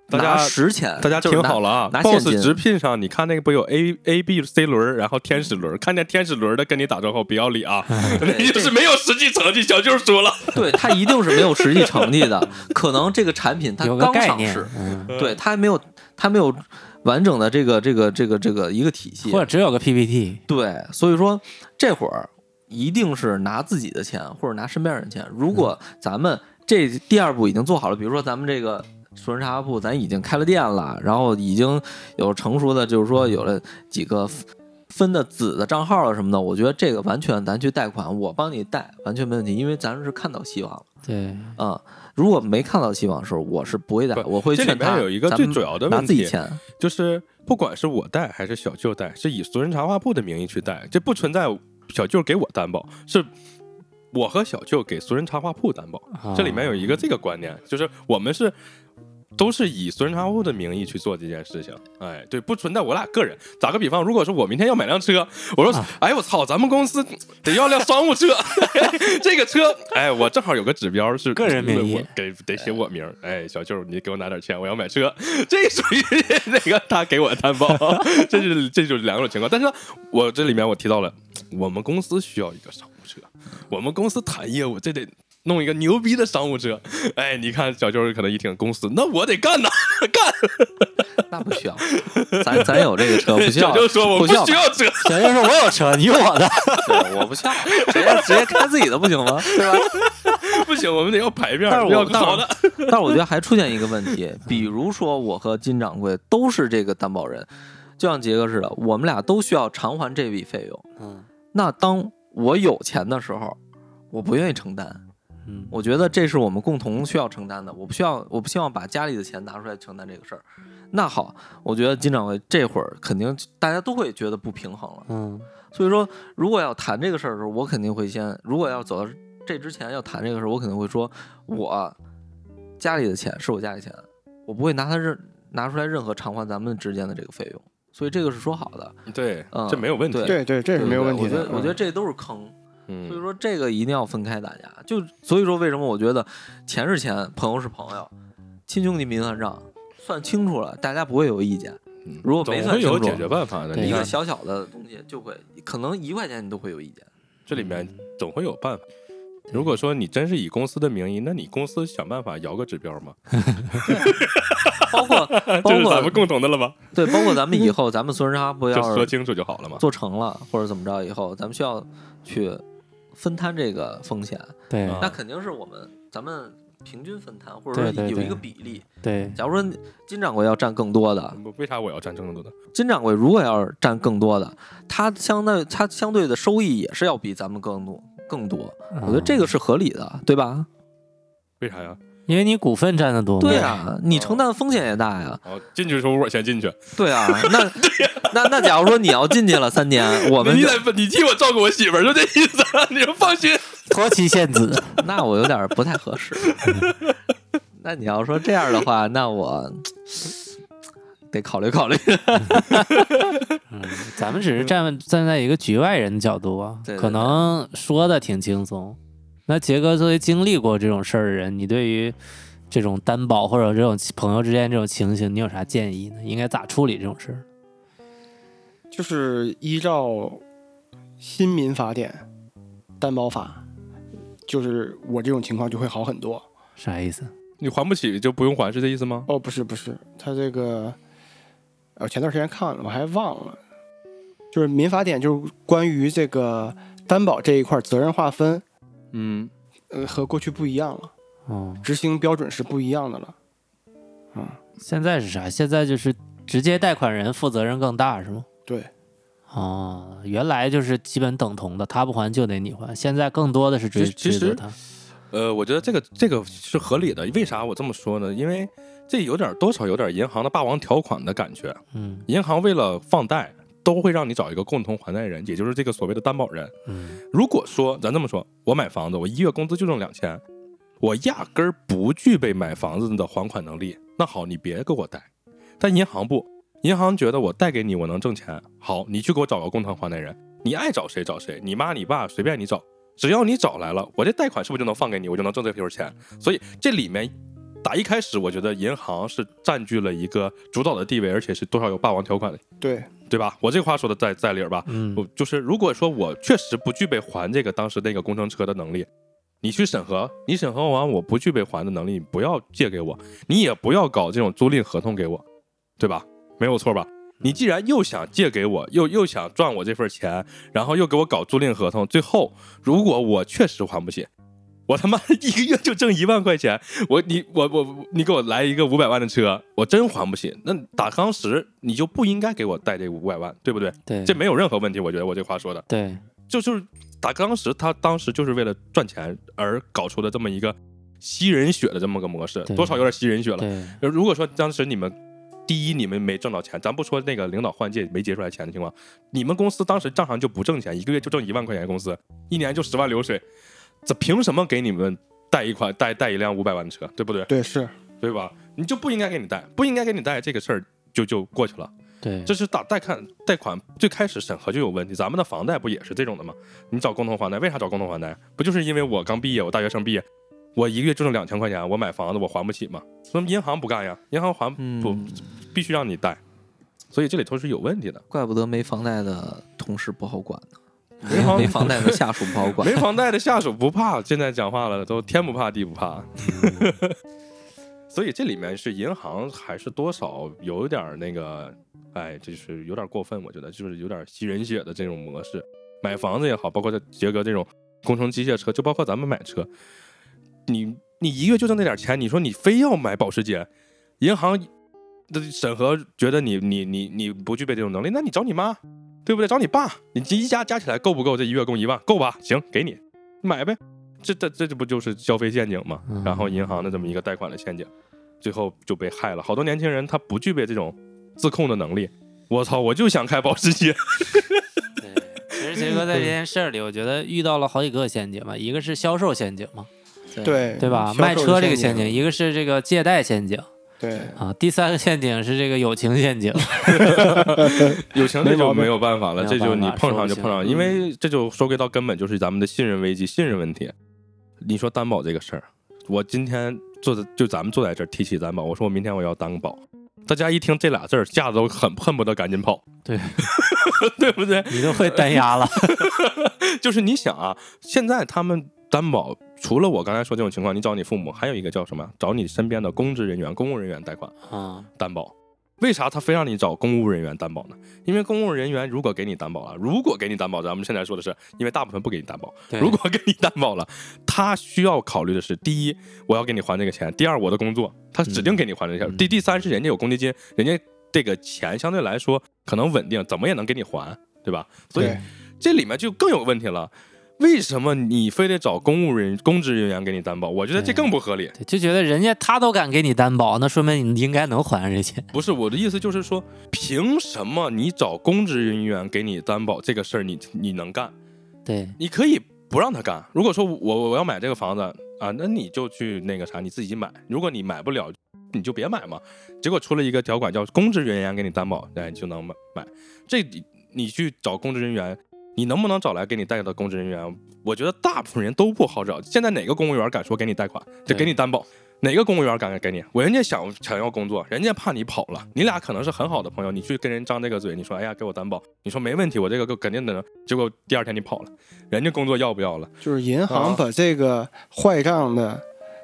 [SPEAKER 4] 大家
[SPEAKER 3] 拿实钱，
[SPEAKER 4] 大家
[SPEAKER 3] 就是
[SPEAKER 4] 听
[SPEAKER 3] 拿
[SPEAKER 4] 好了啊
[SPEAKER 3] 拿现
[SPEAKER 4] ，boss
[SPEAKER 3] 金
[SPEAKER 4] 直聘上，你看那个不有 A A B C 轮，然后天使轮，看见天使轮的跟你打招呼不要理啊，
[SPEAKER 3] 哎
[SPEAKER 4] 你就是没有实际成绩。小舅说了，
[SPEAKER 3] 对他一定是没有实际成绩 的，可能这个产品它
[SPEAKER 1] 有个
[SPEAKER 3] 刚
[SPEAKER 1] 概
[SPEAKER 3] 上
[SPEAKER 1] 念，
[SPEAKER 3] 市，
[SPEAKER 1] 嗯，
[SPEAKER 3] 对他还没有他没有完整的这个这个这个这个一个体系
[SPEAKER 1] 或，者只有个 PPT，
[SPEAKER 3] 对，所以说这会儿一定是拿自己的钱或者拿身边人的钱。如果
[SPEAKER 4] 嗯
[SPEAKER 3] 咱们这第二步已经做好了，比如说咱们这个。熟人茶话铺，咱已经开了店了，然后已经有成熟的，就是说有了几个分的子的账号了什么的，我觉得这个完全咱去贷款，我帮你贷，完全没问题，因为咱是看到希望了。
[SPEAKER 1] 对，
[SPEAKER 3] 啊、如果没看到希望的时候，我是不会的，
[SPEAKER 4] 不
[SPEAKER 3] 我会
[SPEAKER 4] 这里
[SPEAKER 3] 劝他。
[SPEAKER 4] 面有一个
[SPEAKER 3] 咱
[SPEAKER 4] 最
[SPEAKER 3] 们
[SPEAKER 4] 主要的
[SPEAKER 3] 拿
[SPEAKER 4] 问
[SPEAKER 3] 自己
[SPEAKER 4] 题，
[SPEAKER 3] 钱，
[SPEAKER 4] 就是不管是我贷还是小舅贷，是以俗人茶话铺的名义去贷，这不存在小舅给我担保，是我和小舅给俗人茶话铺担保。
[SPEAKER 1] 啊
[SPEAKER 4] 这里面有一个这个观念，就是我们是都是以俗人茶户的名义去做这件事情。哎，对，不存在我俩个人。打个比方，如果说我明天要买辆车，我说，哎我操，咱们公司得要辆商务车， 这个车，哎，我正好有个指标是
[SPEAKER 1] 个人名义
[SPEAKER 4] 我给得写我名儿。哎，小舅，你给我拿点钱，我要买车。 这属于那个他给我担保， 这是这就是两种情况。但是呢我这里面我提到了，我们公司需要一个商务车，我们公司谈业务，这得弄一个牛逼的商务车。哎，你看小舅可能一听公司，那我得干呐，干。
[SPEAKER 3] 那不需要，咱咱有这个 呃车，不需要，
[SPEAKER 4] 小舅说我
[SPEAKER 3] 不
[SPEAKER 4] 需
[SPEAKER 3] 需要买，
[SPEAKER 4] 要车，
[SPEAKER 1] 小舅说我有车，你有我的，
[SPEAKER 3] 对我不需要，直接直接开自己的不行吗？ 对吧？
[SPEAKER 4] 不行，我们得要牌面，
[SPEAKER 3] 但是
[SPEAKER 4] 要
[SPEAKER 3] 我
[SPEAKER 4] 好的。
[SPEAKER 3] 但是我觉得还出现一个问题，比如说我和金掌柜都是这个担保人，就像杰哥似的，我们俩都需要偿还这笔费用。
[SPEAKER 1] 嗯
[SPEAKER 3] 那当我有钱的时候，我不愿意承担。
[SPEAKER 1] 嗯，
[SPEAKER 3] 我觉得这是我们共同需要承担的。我不需要，我不希望把家里的钱拿出来承担这个事儿。那好，我觉得金掌柜这会儿肯定大家都会觉得不平衡了。
[SPEAKER 1] 嗯
[SPEAKER 3] 所以说，如果要谈这个事儿的时候，我肯定会先，如果要走到这之前要谈这个事儿，我肯定会说，我家里的钱是我家里钱，我不会拿他任拿出来任何偿还咱们之间的这个费用。所以这个是说好的，
[SPEAKER 4] 对
[SPEAKER 3] 嗯，
[SPEAKER 4] 这没有问题。
[SPEAKER 3] 对
[SPEAKER 5] 对对，这是没有问题
[SPEAKER 3] 对
[SPEAKER 5] 的。嗯
[SPEAKER 3] 不对我觉得，我觉得这都是坑。所以
[SPEAKER 4] 嗯，
[SPEAKER 3] 说这个一定要分开大家。就所以说为什么我觉得钱是钱，朋友是朋友，亲兄弟明算账，算清楚了，大家不会有意见。
[SPEAKER 4] 嗯
[SPEAKER 3] 如果没
[SPEAKER 4] 总
[SPEAKER 3] 算
[SPEAKER 4] 会有
[SPEAKER 3] 清楚
[SPEAKER 4] 解决办法的。
[SPEAKER 1] 对
[SPEAKER 4] 你
[SPEAKER 3] 一
[SPEAKER 4] 看
[SPEAKER 3] 个小小的东西就会，可能一块钱你都会有意见。
[SPEAKER 4] 这里面总会有办法。如果说你真是以公司的名义，那你公司想办法摇个指标嘛，
[SPEAKER 3] 包括
[SPEAKER 4] 这
[SPEAKER 3] 包
[SPEAKER 4] 啊是咱们
[SPEAKER 3] 括
[SPEAKER 4] 共同的了 吧？
[SPEAKER 3] 对，包括咱们以后咱们孙沙不
[SPEAKER 4] 就
[SPEAKER 3] 要
[SPEAKER 4] 说
[SPEAKER 3] 是
[SPEAKER 4] 清楚就好了嘛。
[SPEAKER 3] 做成了或者怎么着以后，咱们需要去分摊这个风险，
[SPEAKER 1] 对
[SPEAKER 4] 啊
[SPEAKER 3] 那肯定是我们咱们。平均分摊，或者
[SPEAKER 1] 对
[SPEAKER 3] 说
[SPEAKER 1] 对
[SPEAKER 3] 有
[SPEAKER 1] 对
[SPEAKER 3] 一个比例。
[SPEAKER 1] 对，
[SPEAKER 3] 假如说金掌柜要占更多的，
[SPEAKER 4] 为啥我要占这么多的？
[SPEAKER 3] 金掌柜如果要是占更多的，他相对他相对的收益也是要比咱们更多更多，我觉得这
[SPEAKER 1] 个，
[SPEAKER 3] 个是合理的，对吧？
[SPEAKER 4] 为啥呀？
[SPEAKER 1] 因为你股份占的多嘛，
[SPEAKER 3] 对啊，你承担风险也大呀，
[SPEAKER 4] 哦，进去的时候我先进去，
[SPEAKER 3] 对啊， 那那那假如说你要进去了三 年，我
[SPEAKER 4] 我
[SPEAKER 3] 们
[SPEAKER 4] 你
[SPEAKER 3] 就
[SPEAKER 4] 得你替我照顾我媳妇儿，就这意思。啊你说放心，
[SPEAKER 1] 托妻献 子，
[SPEAKER 3] 那我有点不太合适。 那你要说这样的话，那我得考虑考虑。
[SPEAKER 1] 嗯，咱们只是站站在一个局外人的角度啊
[SPEAKER 3] 对，对
[SPEAKER 1] 可能说的挺轻松，那杰哥作为经历过这种事儿的人，你对于这种担保或者这种朋友之间这种情形，你有啥建议呢？应该咋处理这种事儿？
[SPEAKER 5] 就是依照新民法典担保法，就是我这种情况就会好很多。
[SPEAKER 1] 啥意思？
[SPEAKER 4] 你还不起就不用还，是这意思吗？
[SPEAKER 5] 哦，不是不是，他这个，呃，前段时间看了，我还忘了，就是民法典就是关于这个担保这一块责任划分，
[SPEAKER 4] 嗯，
[SPEAKER 5] 呃，和过去不一样了，
[SPEAKER 1] 哦，
[SPEAKER 5] 执行标准是不一样的了。
[SPEAKER 1] 现在是啥？现在就是直接贷款人负责任更大是吗？
[SPEAKER 5] 对，
[SPEAKER 1] 哦，原来就是基本等同的，他不还就得你还。现在更多的是追
[SPEAKER 4] 其
[SPEAKER 1] 追
[SPEAKER 4] 实
[SPEAKER 1] 责他。
[SPEAKER 4] 呃，我觉得这个这个是合理的。为啥我这么说呢？因为这有点多少有点银行的霸王条款的感觉。
[SPEAKER 1] 嗯
[SPEAKER 4] 银行为了放贷，都会让你找一个共同还贷人，也就是这个所谓的担保人。
[SPEAKER 1] 嗯
[SPEAKER 4] 如果说咱这么说，我买房子，我一月工资就挣两千，我压根儿不具备买房子的还款能力，那好，你别给我贷。但银行不，银行觉得我贷给你，我能挣钱，好，你去给我找个共同还贷人，你爱找谁找谁，你妈你爸随便你找，只要你找来了，我这贷款是不是就能放给你，我就能挣这批钱？所以这里面。打一开始，我觉得银行是占据了一个主导的地位，而且是多少有霸王条款的，
[SPEAKER 5] 对，
[SPEAKER 4] 对吧？我这话说的在在理儿吧？
[SPEAKER 1] 嗯
[SPEAKER 4] 我就是如果说我确实不具备还这个当时那个工程车的能力，你去审核，你审核完我不具备还的能力，你不要借给我，你也不要搞这种租赁合同给我，对吧？没有错吧？你既然又想借给我，又又想赚我这份钱，然后又给我搞租赁合同，最后如果我确实还不起，我他妈 一个月就挣一万块钱，我你我我你给我来一个五百万的车，我真还不起，那打当时你就不应该给我贷这五百万，对不对？
[SPEAKER 1] 对
[SPEAKER 4] 这没有任何问题，我觉得我这话说的，
[SPEAKER 1] 对
[SPEAKER 4] 就就是打当时他当时就是为了赚钱而搞出的这么一个吸人血的这么个模式，
[SPEAKER 1] 对
[SPEAKER 4] 多少有点吸人血了。
[SPEAKER 1] 对
[SPEAKER 4] 如果说当时你们第一你们没挣到钱，咱不说那个领导换届没结出来钱的情况，你们公司当时账上就不挣钱，一个月就挣一万块钱工资，一年就十万流水，这凭什么给你们贷一款贷贷一辆五百万的车，对不对？
[SPEAKER 5] 对是，
[SPEAKER 4] 对吧？你就不应该给你贷，不应该给你贷这个事儿就就过去了。
[SPEAKER 1] 对，
[SPEAKER 4] 这是打贷款贷款最开始审核就有问题，咱们的房贷不也是这种的吗？你找共同还贷，为啥找共同还贷？不就是因为我刚毕业，我大学生毕业，我一个月就挣两千块钱，我买房子我还不起吗？那么银行不干呀，银行还不、
[SPEAKER 3] 嗯，
[SPEAKER 4] 必须让你贷，所以这里头是有问 题的。
[SPEAKER 3] 怪不得没房贷的同事不好管呢，
[SPEAKER 4] 银行
[SPEAKER 3] 没房贷的下属不好管
[SPEAKER 4] 没。房贷的下属不怕，现在讲话了都天不怕地不怕。 所以这里面是银行还是多少有点儿那个，哎，就是有点过分，我觉得就是有点吸人血的这种模式。买房子也好，包括这杰哥这种工程机械车，就包括咱们买车，你你一个月就挣那点钱，你说你非要买保时捷，银行的审核觉得你你你你不具备这种能力，那你找你妈，对不对？找你爸，你这一家加起来够不够？这一月供一万，够吧？行，给你买呗。这这这这不就是消费陷阱吗
[SPEAKER 1] 嗯？
[SPEAKER 4] 然后银行的这么一个贷款的陷阱，最后就被害了。好多年轻人他不具备这种自控的能力。我操！我就想开保时捷，
[SPEAKER 1] 对，其实杰哥在这件事儿里，我觉得遇到了好几个陷阱吧，一个是销售陷阱嘛，
[SPEAKER 5] 对
[SPEAKER 1] 对吧？
[SPEAKER 5] 销
[SPEAKER 1] 卖
[SPEAKER 5] 售
[SPEAKER 1] 车
[SPEAKER 5] 的
[SPEAKER 1] 这个
[SPEAKER 5] 陷
[SPEAKER 1] 陷阱，一个是这个借贷陷阱
[SPEAKER 5] 对，
[SPEAKER 1] 啊，第三个陷阱是这个友情陷阱。
[SPEAKER 4] 友情这
[SPEAKER 5] 没毛
[SPEAKER 4] 就
[SPEAKER 5] 病
[SPEAKER 4] 没有办法了，
[SPEAKER 1] 没
[SPEAKER 4] 这
[SPEAKER 1] 有办法
[SPEAKER 4] 就你碰上就
[SPEAKER 1] 说不清嗯
[SPEAKER 4] 碰上，因为这就说归到根本就是咱们的信任危机、信任问题。你说担保这个事儿，我今天坐在就咱们坐在这儿提起担保，我说我明天我要担保，大家一听这俩字儿，吓得都很恨不得赶紧跑，
[SPEAKER 1] 对
[SPEAKER 4] 对不对？
[SPEAKER 1] 你都会单压了，
[SPEAKER 4] 就是你想啊，现在他们担保除了我刚才说这种情况，你找你父母，还有一个叫什么？找你身边的公职人员、公务人员贷款。
[SPEAKER 1] 嗯，
[SPEAKER 4] 担保。为啥他非让你找公务人员担保呢？因为公务人员如果给你担保了，如果给你担保，咱们现在说的是，因为大部分不给你担保。
[SPEAKER 1] 对
[SPEAKER 4] 如果 给你担保了，他需要考虑的是：第一，我要给你还这个钱；第二，我的工作，他指定给你还这个钱；第、第三是人家有公积金，人家这个钱相对来说可能稳定，怎么也能给你还，对吧？所以
[SPEAKER 5] 对
[SPEAKER 4] 这里面就更有问题了。为什么你非得找公务人、公职人员给你担保？我觉得这
[SPEAKER 1] 对
[SPEAKER 4] 更不合理。
[SPEAKER 1] 对就觉得人家他都敢给你担保，那说明你应该能还这些。
[SPEAKER 4] 不是我的意思，就是说，凭什么你找公职人员给你担保这个事儿，你你能干？
[SPEAKER 1] 对，
[SPEAKER 4] 你可以不让他干。如果说我我要买这个房子啊，那你就去那个啥，你自己买。如果你买不了，你就别买嘛。结果出了一个条款叫公职人员给你担保，哎，你就能买买。这你你去找公职人员，你能不能找来给你贷的公职人员？我觉得大部分人都不好找。现在哪个公务员敢说给你贷款，就给你担保？哪个公务员敢给你？我人家想想要工作，人家怕你跑了。你俩可能是很好的朋友，你去跟人张这个嘴，你说哎呀给我担保，你说没问题，我这个肯定能。结果第二天你 跑了，人家工作要不要了？
[SPEAKER 5] 就是银
[SPEAKER 4] 啊
[SPEAKER 5] 行把这个坏账的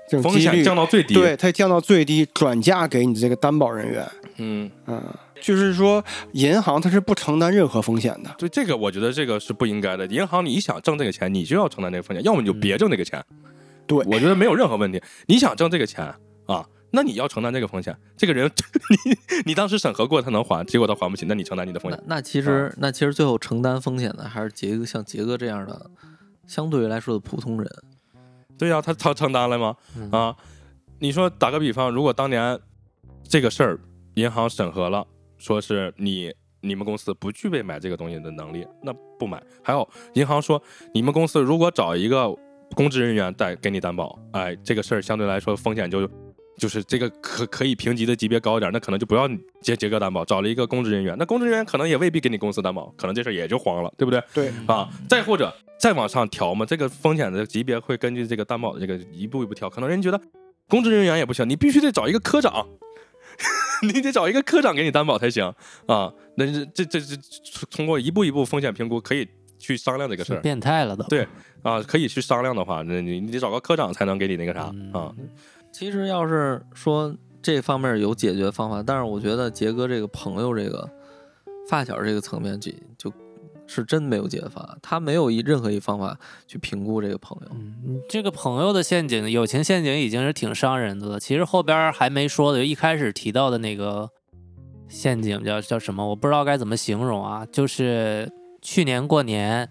[SPEAKER 5] 这种
[SPEAKER 4] 风
[SPEAKER 5] 几
[SPEAKER 4] 险
[SPEAKER 5] 率
[SPEAKER 4] 降到最低。
[SPEAKER 5] 对，它降到最低，转嫁给你这个担保人员。
[SPEAKER 4] 嗯，
[SPEAKER 5] 嗯，就是说银行它是不承担任何风险的。
[SPEAKER 4] 对这个我觉得这个是不应该的。银行你想挣这个钱，你就要承担这个风险，要么你就别挣这个钱。
[SPEAKER 5] 对
[SPEAKER 4] 我觉得没有任何问题。你想挣这个钱啊，那你要承担这个风险。这个人， 你你当时审核过他能还，结果他还不起，那你承担你的风
[SPEAKER 3] 那
[SPEAKER 4] 险。
[SPEAKER 3] 那其实那其实最后承担风险的还是杰哥，像杰哥这样的，相对于来说的普通人。
[SPEAKER 4] 对呀、他他承担了吗？啊，你说打个比方，如果当年这个事儿银行审核了，说是你你们公司不具备买这个东西的能力，那不买。还有银行说你们公司如果找一个公职人员代给你担保，哎，这个事儿相对来说风险就。就是这个可可以评级的级别高一点，那可能就不要你杰杰哥担保，找了一个公职人员，那公职人员可能也未必给你公司担保，可能这事儿也就黄了，对不对？
[SPEAKER 5] 对
[SPEAKER 4] 啊，再或者再往上调嘛，这个风险的级别会根据这个担保的这个一步一步调。可能人觉得公职人员也不行，你必须得找一个科长， 你得找一个科长给你担保才行啊。那这这这这通过一步一步风险评估，可以去商量这个事儿
[SPEAKER 5] 嗯
[SPEAKER 1] 变态了都。
[SPEAKER 4] 对啊，可以去商量的话，那你你得找个科长才能给你那个啥
[SPEAKER 5] 嗯
[SPEAKER 4] 啊。
[SPEAKER 1] 嗯
[SPEAKER 3] 其实要是说这方面有解决方法，但是我觉得杰哥这个朋友这个发小这个层面就就是真没有解决方案，他没有一任何一方法去评估这个朋友。
[SPEAKER 1] 嗯，这个朋友的陷阱，友情陷阱已经是挺伤人的了。其实后边儿还没说的，就一开始提到的那个陷阱叫叫什么，我不知道该怎么形容啊。就是去年过年，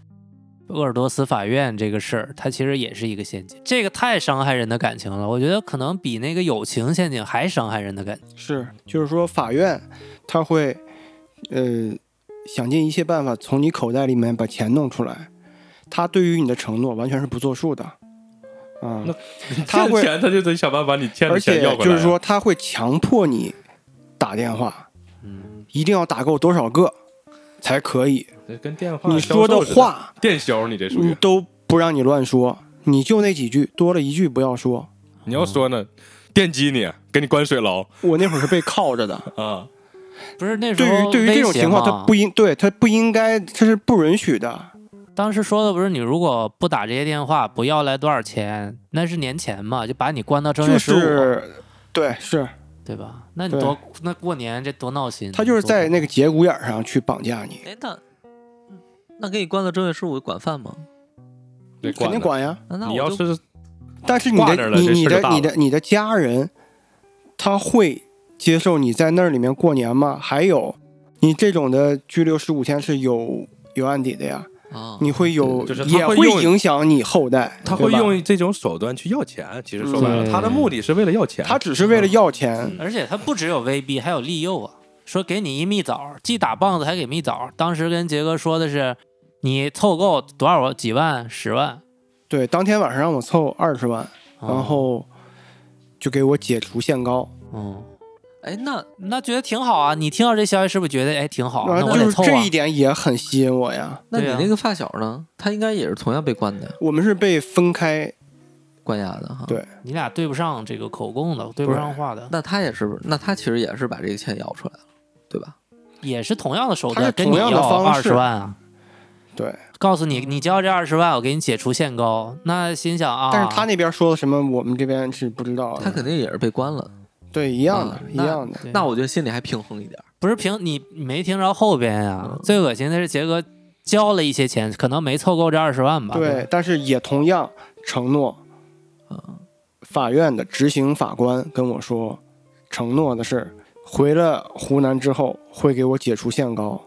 [SPEAKER 1] 鄂尔多斯法院这个事儿，它其实也是一个陷阱。这个太伤害人的感情了，我觉得可能比那个友情陷阱还伤害人的感情。
[SPEAKER 5] 是，就是说法院他会呃想尽一切办法从你口袋里面把钱弄出来，他对于你的承诺完全是不作数的。啊、
[SPEAKER 4] 那
[SPEAKER 5] 他
[SPEAKER 4] 欠
[SPEAKER 5] 会
[SPEAKER 4] 钱他就得想办法把你欠的
[SPEAKER 5] 而
[SPEAKER 4] 钱
[SPEAKER 5] 且
[SPEAKER 4] 要回来。啊
[SPEAKER 5] 就是，说他会强迫你打电话，
[SPEAKER 1] 嗯，
[SPEAKER 5] 一定要打够多少个才可以。
[SPEAKER 4] 跟电话
[SPEAKER 5] 你
[SPEAKER 4] 销
[SPEAKER 5] 说的
[SPEAKER 4] 售似的
[SPEAKER 5] 话，
[SPEAKER 4] 电销，你这属于、
[SPEAKER 5] 嗯都不让你乱说，你就那几句，多了一句不要说。
[SPEAKER 4] 你要说呢，电击你，给你关水牢
[SPEAKER 5] 我那会儿是被铐着的。
[SPEAKER 4] 啊。
[SPEAKER 1] 不是那时
[SPEAKER 5] 对
[SPEAKER 1] 候
[SPEAKER 5] 于对于这种
[SPEAKER 1] 威胁
[SPEAKER 5] 情况，
[SPEAKER 1] 嘛
[SPEAKER 5] 他不应对他不应该，他是不允许的。
[SPEAKER 1] 当时说的不是你如果不打这些电话，不要来多少钱，那是年前嘛，就把你关到正
[SPEAKER 5] 就
[SPEAKER 1] 月十五。
[SPEAKER 5] 是对，是
[SPEAKER 1] 对吧？那你
[SPEAKER 5] 对
[SPEAKER 1] 多那过年这多闹心！
[SPEAKER 5] 他就是
[SPEAKER 1] 多
[SPEAKER 5] 在那个节骨眼儿上去绑架你，
[SPEAKER 3] 哎，那那给你关到正月十五管饭吗？
[SPEAKER 4] 对，
[SPEAKER 5] 肯定
[SPEAKER 4] 管
[SPEAKER 5] 管呀。
[SPEAKER 3] 那
[SPEAKER 4] 的。
[SPEAKER 3] 那
[SPEAKER 4] 你
[SPEAKER 3] 我
[SPEAKER 4] 要
[SPEAKER 3] 就是
[SPEAKER 5] 但是你
[SPEAKER 4] 挂那
[SPEAKER 5] 的
[SPEAKER 4] 儿了
[SPEAKER 5] 你
[SPEAKER 4] 这
[SPEAKER 5] 你
[SPEAKER 4] 事儿就
[SPEAKER 5] 的
[SPEAKER 4] 大了
[SPEAKER 5] 你的你的家人，他会接受你在那儿里面过年吗？还有，你这种的拘留十五天是有有案底的呀，
[SPEAKER 3] 啊，
[SPEAKER 5] 你会有
[SPEAKER 4] 哦就是他
[SPEAKER 5] 也
[SPEAKER 4] 会
[SPEAKER 5] 会
[SPEAKER 4] 用
[SPEAKER 5] 影响你后代，
[SPEAKER 4] 他
[SPEAKER 5] 对
[SPEAKER 4] 会
[SPEAKER 5] 吧
[SPEAKER 4] 用这种手段去要钱，其实说白了，
[SPEAKER 1] 对
[SPEAKER 4] 他的目的是为了要钱。
[SPEAKER 5] 他只是为了要钱。
[SPEAKER 4] 嗯
[SPEAKER 1] 而且他不只有威逼，还有利诱啊！说给你一蜜枣，既打棒子还给蜜枣。当时跟杰哥说的是，你凑够多少几万、十万，
[SPEAKER 5] 对，当天晚上让我凑二十万，
[SPEAKER 4] 哦
[SPEAKER 1] 嗯
[SPEAKER 5] 然后就给我解除限高。
[SPEAKER 1] 嗯，
[SPEAKER 3] 哎，那
[SPEAKER 1] 那觉得挺好啊。你听到这消息是不是觉得哎挺好
[SPEAKER 4] 哦
[SPEAKER 1] 啊？
[SPEAKER 5] 然
[SPEAKER 1] 那
[SPEAKER 5] 后
[SPEAKER 1] 我
[SPEAKER 5] 就
[SPEAKER 1] 得
[SPEAKER 5] 是
[SPEAKER 1] 凑
[SPEAKER 5] 这
[SPEAKER 1] 啊
[SPEAKER 5] 一！点也很吸引我呀。
[SPEAKER 3] 那你
[SPEAKER 1] 对啊
[SPEAKER 3] 那个发小呢？他应该也是同样被关的，
[SPEAKER 5] 我们是被分开，
[SPEAKER 3] 关押的哈。
[SPEAKER 5] 对
[SPEAKER 1] 你俩对不上这个口供的，对不上话的，
[SPEAKER 3] 那他也是，那他其实也是把这个钱要出来了，对吧？
[SPEAKER 1] 也是同样的手
[SPEAKER 5] 他
[SPEAKER 1] 段，
[SPEAKER 5] 是
[SPEAKER 1] 跟你
[SPEAKER 5] 同样的
[SPEAKER 1] 要
[SPEAKER 5] 方
[SPEAKER 1] 二
[SPEAKER 5] 式
[SPEAKER 1] 十万啊。
[SPEAKER 5] 对，
[SPEAKER 1] 告诉你，你交这二十万，我给你解除限高。那心想啊，
[SPEAKER 5] 但是他那边说的什么，我们这边是不知道
[SPEAKER 3] 他
[SPEAKER 5] 的。
[SPEAKER 3] 肯定也是被关了。
[SPEAKER 5] 对，一样的
[SPEAKER 3] 啊，
[SPEAKER 4] 嗯
[SPEAKER 5] 一
[SPEAKER 3] 那
[SPEAKER 5] 样的。
[SPEAKER 1] 对
[SPEAKER 3] 那我觉得心里还平衡一点。
[SPEAKER 1] 不是凭你你没听着后边呀、
[SPEAKER 3] 嗯
[SPEAKER 1] 最恶心的是杰哥交了一些钱，可能没凑够这二十万吧。
[SPEAKER 5] 对，但是也同样承诺，法院的执行法官跟我说，承诺的是回了湖南之后会给我解除限高，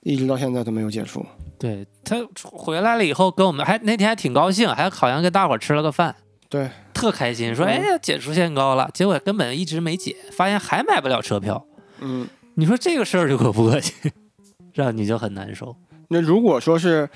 [SPEAKER 5] 一直到现在都没有解除。
[SPEAKER 1] 对，他回来了以后跟我们还那天还挺高兴，还好像跟大伙儿吃了个饭，
[SPEAKER 5] 对，
[SPEAKER 1] 特开心，说
[SPEAKER 5] 嗯
[SPEAKER 1] 哎呀解除限高了，结果根本一直没解，发现还买不了车票。
[SPEAKER 5] 嗯，
[SPEAKER 1] 你说这个事儿就可不恶心， 让你就很难受。
[SPEAKER 5] 那如果说是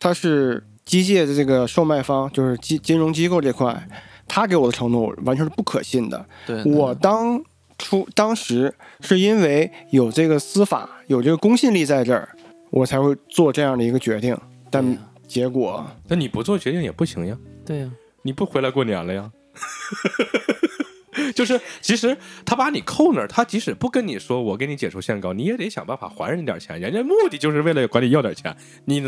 [SPEAKER 5] 他是机械的这个售卖方，就是金金融机构这块，他给我的承诺我完全是不可信的。
[SPEAKER 4] 嗯
[SPEAKER 3] 对，
[SPEAKER 5] 我当初当时是因为有这个司法有这个公信力在这儿，我才会做这样的一个决定。但结果
[SPEAKER 4] 那你不做决定也不行呀，
[SPEAKER 1] 对呀、
[SPEAKER 4] 你不回来过年了呀。 就是，其实他把你扣那儿，他即使不跟你说我给你解除限购，你也得想办法还人家点钱。人家目的就是为了管你要点钱，你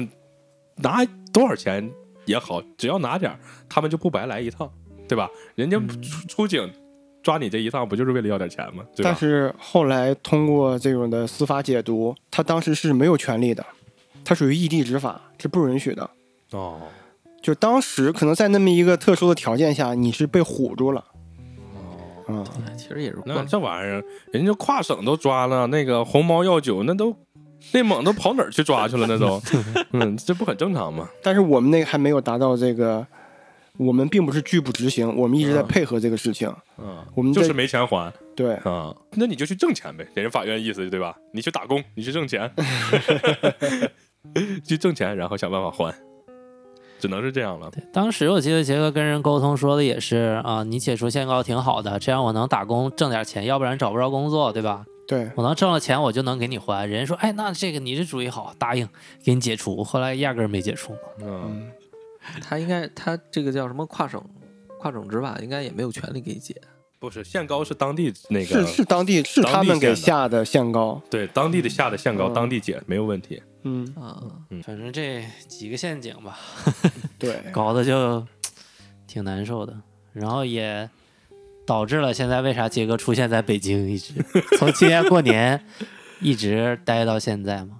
[SPEAKER 4] 拿多少钱也好，只要拿点儿，他们就不白来一趟，对吧？人家
[SPEAKER 5] 嗯
[SPEAKER 4] 出出警抓你这一趟，不就是为了要点钱吗？对
[SPEAKER 5] 但
[SPEAKER 4] 吧？
[SPEAKER 5] 是后来通过这种的司法解读，他当时是没有权利的，他属于异地执法，是不允许的。
[SPEAKER 4] 哦，
[SPEAKER 5] 就当时可能在那么一个特殊的条件下，你是被唬住了。
[SPEAKER 4] 哦
[SPEAKER 5] 嗯，
[SPEAKER 3] 哎其实也是
[SPEAKER 4] 那
[SPEAKER 3] 惯
[SPEAKER 4] 这玩意儿，人家跨省都抓了，那个红毛药酒那都内蒙都跑哪儿去抓去了？那 都，嗯，这不很正常吗？
[SPEAKER 5] 但是我们那个还没有达到这个，我们并不是拒不执行，我们一直在配合这个事情。
[SPEAKER 4] 嗯，
[SPEAKER 5] 我们在
[SPEAKER 4] 就是没钱还
[SPEAKER 5] 对，
[SPEAKER 4] 啊、那你就去挣钱呗，人家法院意思对吧？你去打工，你去挣 钱，去挣钱，然后想办法还，只能是这样了。
[SPEAKER 1] 对当时我记得杰哥跟人沟通说的也是啊、你解除限购挺好的，这样我能打工挣点钱，要不然找不着工作，对吧？
[SPEAKER 5] 对，
[SPEAKER 1] 我能挣了钱，我就能给你还。人家说，哎，那这个你这主意好，答应给你解除。后来压根儿没解除嘛。
[SPEAKER 4] 嗯，
[SPEAKER 3] 他应该他这个叫什么跨省跨省执法，应该也没有权利给解。
[SPEAKER 4] 不是限高是当地那个
[SPEAKER 5] 是是当地是他们给下的限高。
[SPEAKER 4] 对当地的下的限高，
[SPEAKER 5] 嗯
[SPEAKER 4] 当地解没有问题。
[SPEAKER 5] 嗯，
[SPEAKER 3] 啊，
[SPEAKER 1] 反正这几个陷阱吧，
[SPEAKER 5] 对，
[SPEAKER 1] 搞得就挺难受的，然后也导致了现在为啥杰哥出现在北京，一直 从今年过年一直待到现在嘛。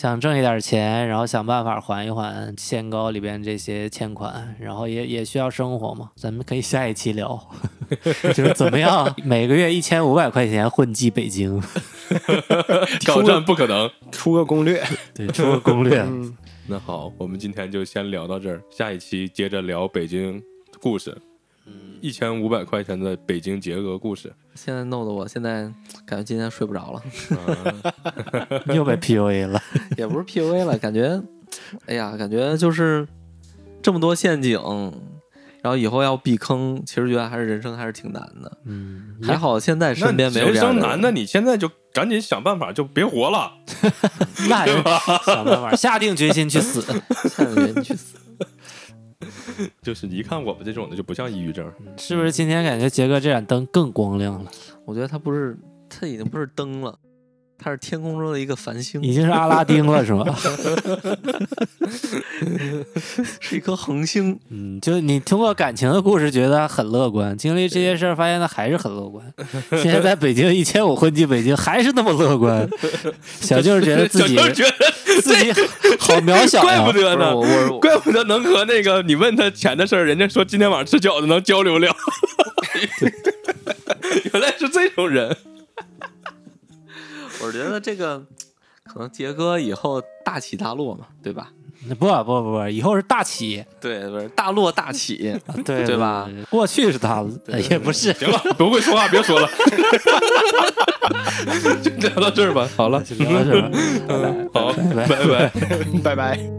[SPEAKER 1] 想挣一点钱，然后想办法还一还限高里边这些欠款，然后也也需要生活嘛。咱们可以下一期聊， 就是怎么样每个月一千五百块钱混迹北京，
[SPEAKER 4] 挑战不可能。
[SPEAKER 5] 出个攻略。
[SPEAKER 1] 对，出个攻略。
[SPEAKER 5] 嗯，
[SPEAKER 4] 那好，我们今天就先聊到这儿，下一期接着聊北京故事，一千五百块钱的北京劫额故事。
[SPEAKER 3] 现在弄得我现在感觉今天睡不着了，
[SPEAKER 1] 又被 PUA 了，
[SPEAKER 3] 也不是 PUA 了，感觉，哎呀，感觉就是这么多陷阱，然后以后要避坑，其实觉得还是人生还是挺难的。
[SPEAKER 1] 嗯，
[SPEAKER 3] 还好现在身边没有
[SPEAKER 4] 人
[SPEAKER 3] 这样
[SPEAKER 4] 生
[SPEAKER 3] 的
[SPEAKER 4] 难的，你现在就赶紧想办法，就别活了。
[SPEAKER 1] 那人 想办法，下定决心去死。
[SPEAKER 3] 下个 月你去死。
[SPEAKER 4] 就是一看我们这种的，就不像抑郁症。
[SPEAKER 1] 是不是今天感觉杰哥这盏灯更光亮了？
[SPEAKER 3] 我觉得它不是，它已经不是灯了，它是天空中的一个繁星，
[SPEAKER 1] 已经是阿拉丁了，是吗？
[SPEAKER 3] 是一颗恒星。
[SPEAKER 1] 嗯，就你通过感情的故事觉得很乐观，经历这些事儿发现他还是很乐观。现在在北京一千五混迹北京，还是那么乐观。小舅儿觉得自己啊
[SPEAKER 4] 小舅觉得，
[SPEAKER 1] 自己好渺小
[SPEAKER 4] 怪
[SPEAKER 1] 呀
[SPEAKER 4] 不，得
[SPEAKER 3] 不是
[SPEAKER 4] 呢
[SPEAKER 3] 我，我
[SPEAKER 4] 怪不得能和那个你问他钱的事儿，人家说今天晚上吃饺子能交流了。 原来是这种人，
[SPEAKER 3] 我觉得这个可能杰哥以后大起大落嘛，对吧？
[SPEAKER 1] 不不不不，以后是大起，
[SPEAKER 3] 对，不是大落大起，
[SPEAKER 1] 对
[SPEAKER 3] 对吧？
[SPEAKER 1] 对过去是他，哎也不是。
[SPEAKER 4] 行了， 不会说话别说了，就聊到这儿吧。好了，
[SPEAKER 1] 聊到这儿吧，
[SPEAKER 4] 好，
[SPEAKER 1] 拜拜
[SPEAKER 4] 拜拜。
[SPEAKER 5] 拜拜。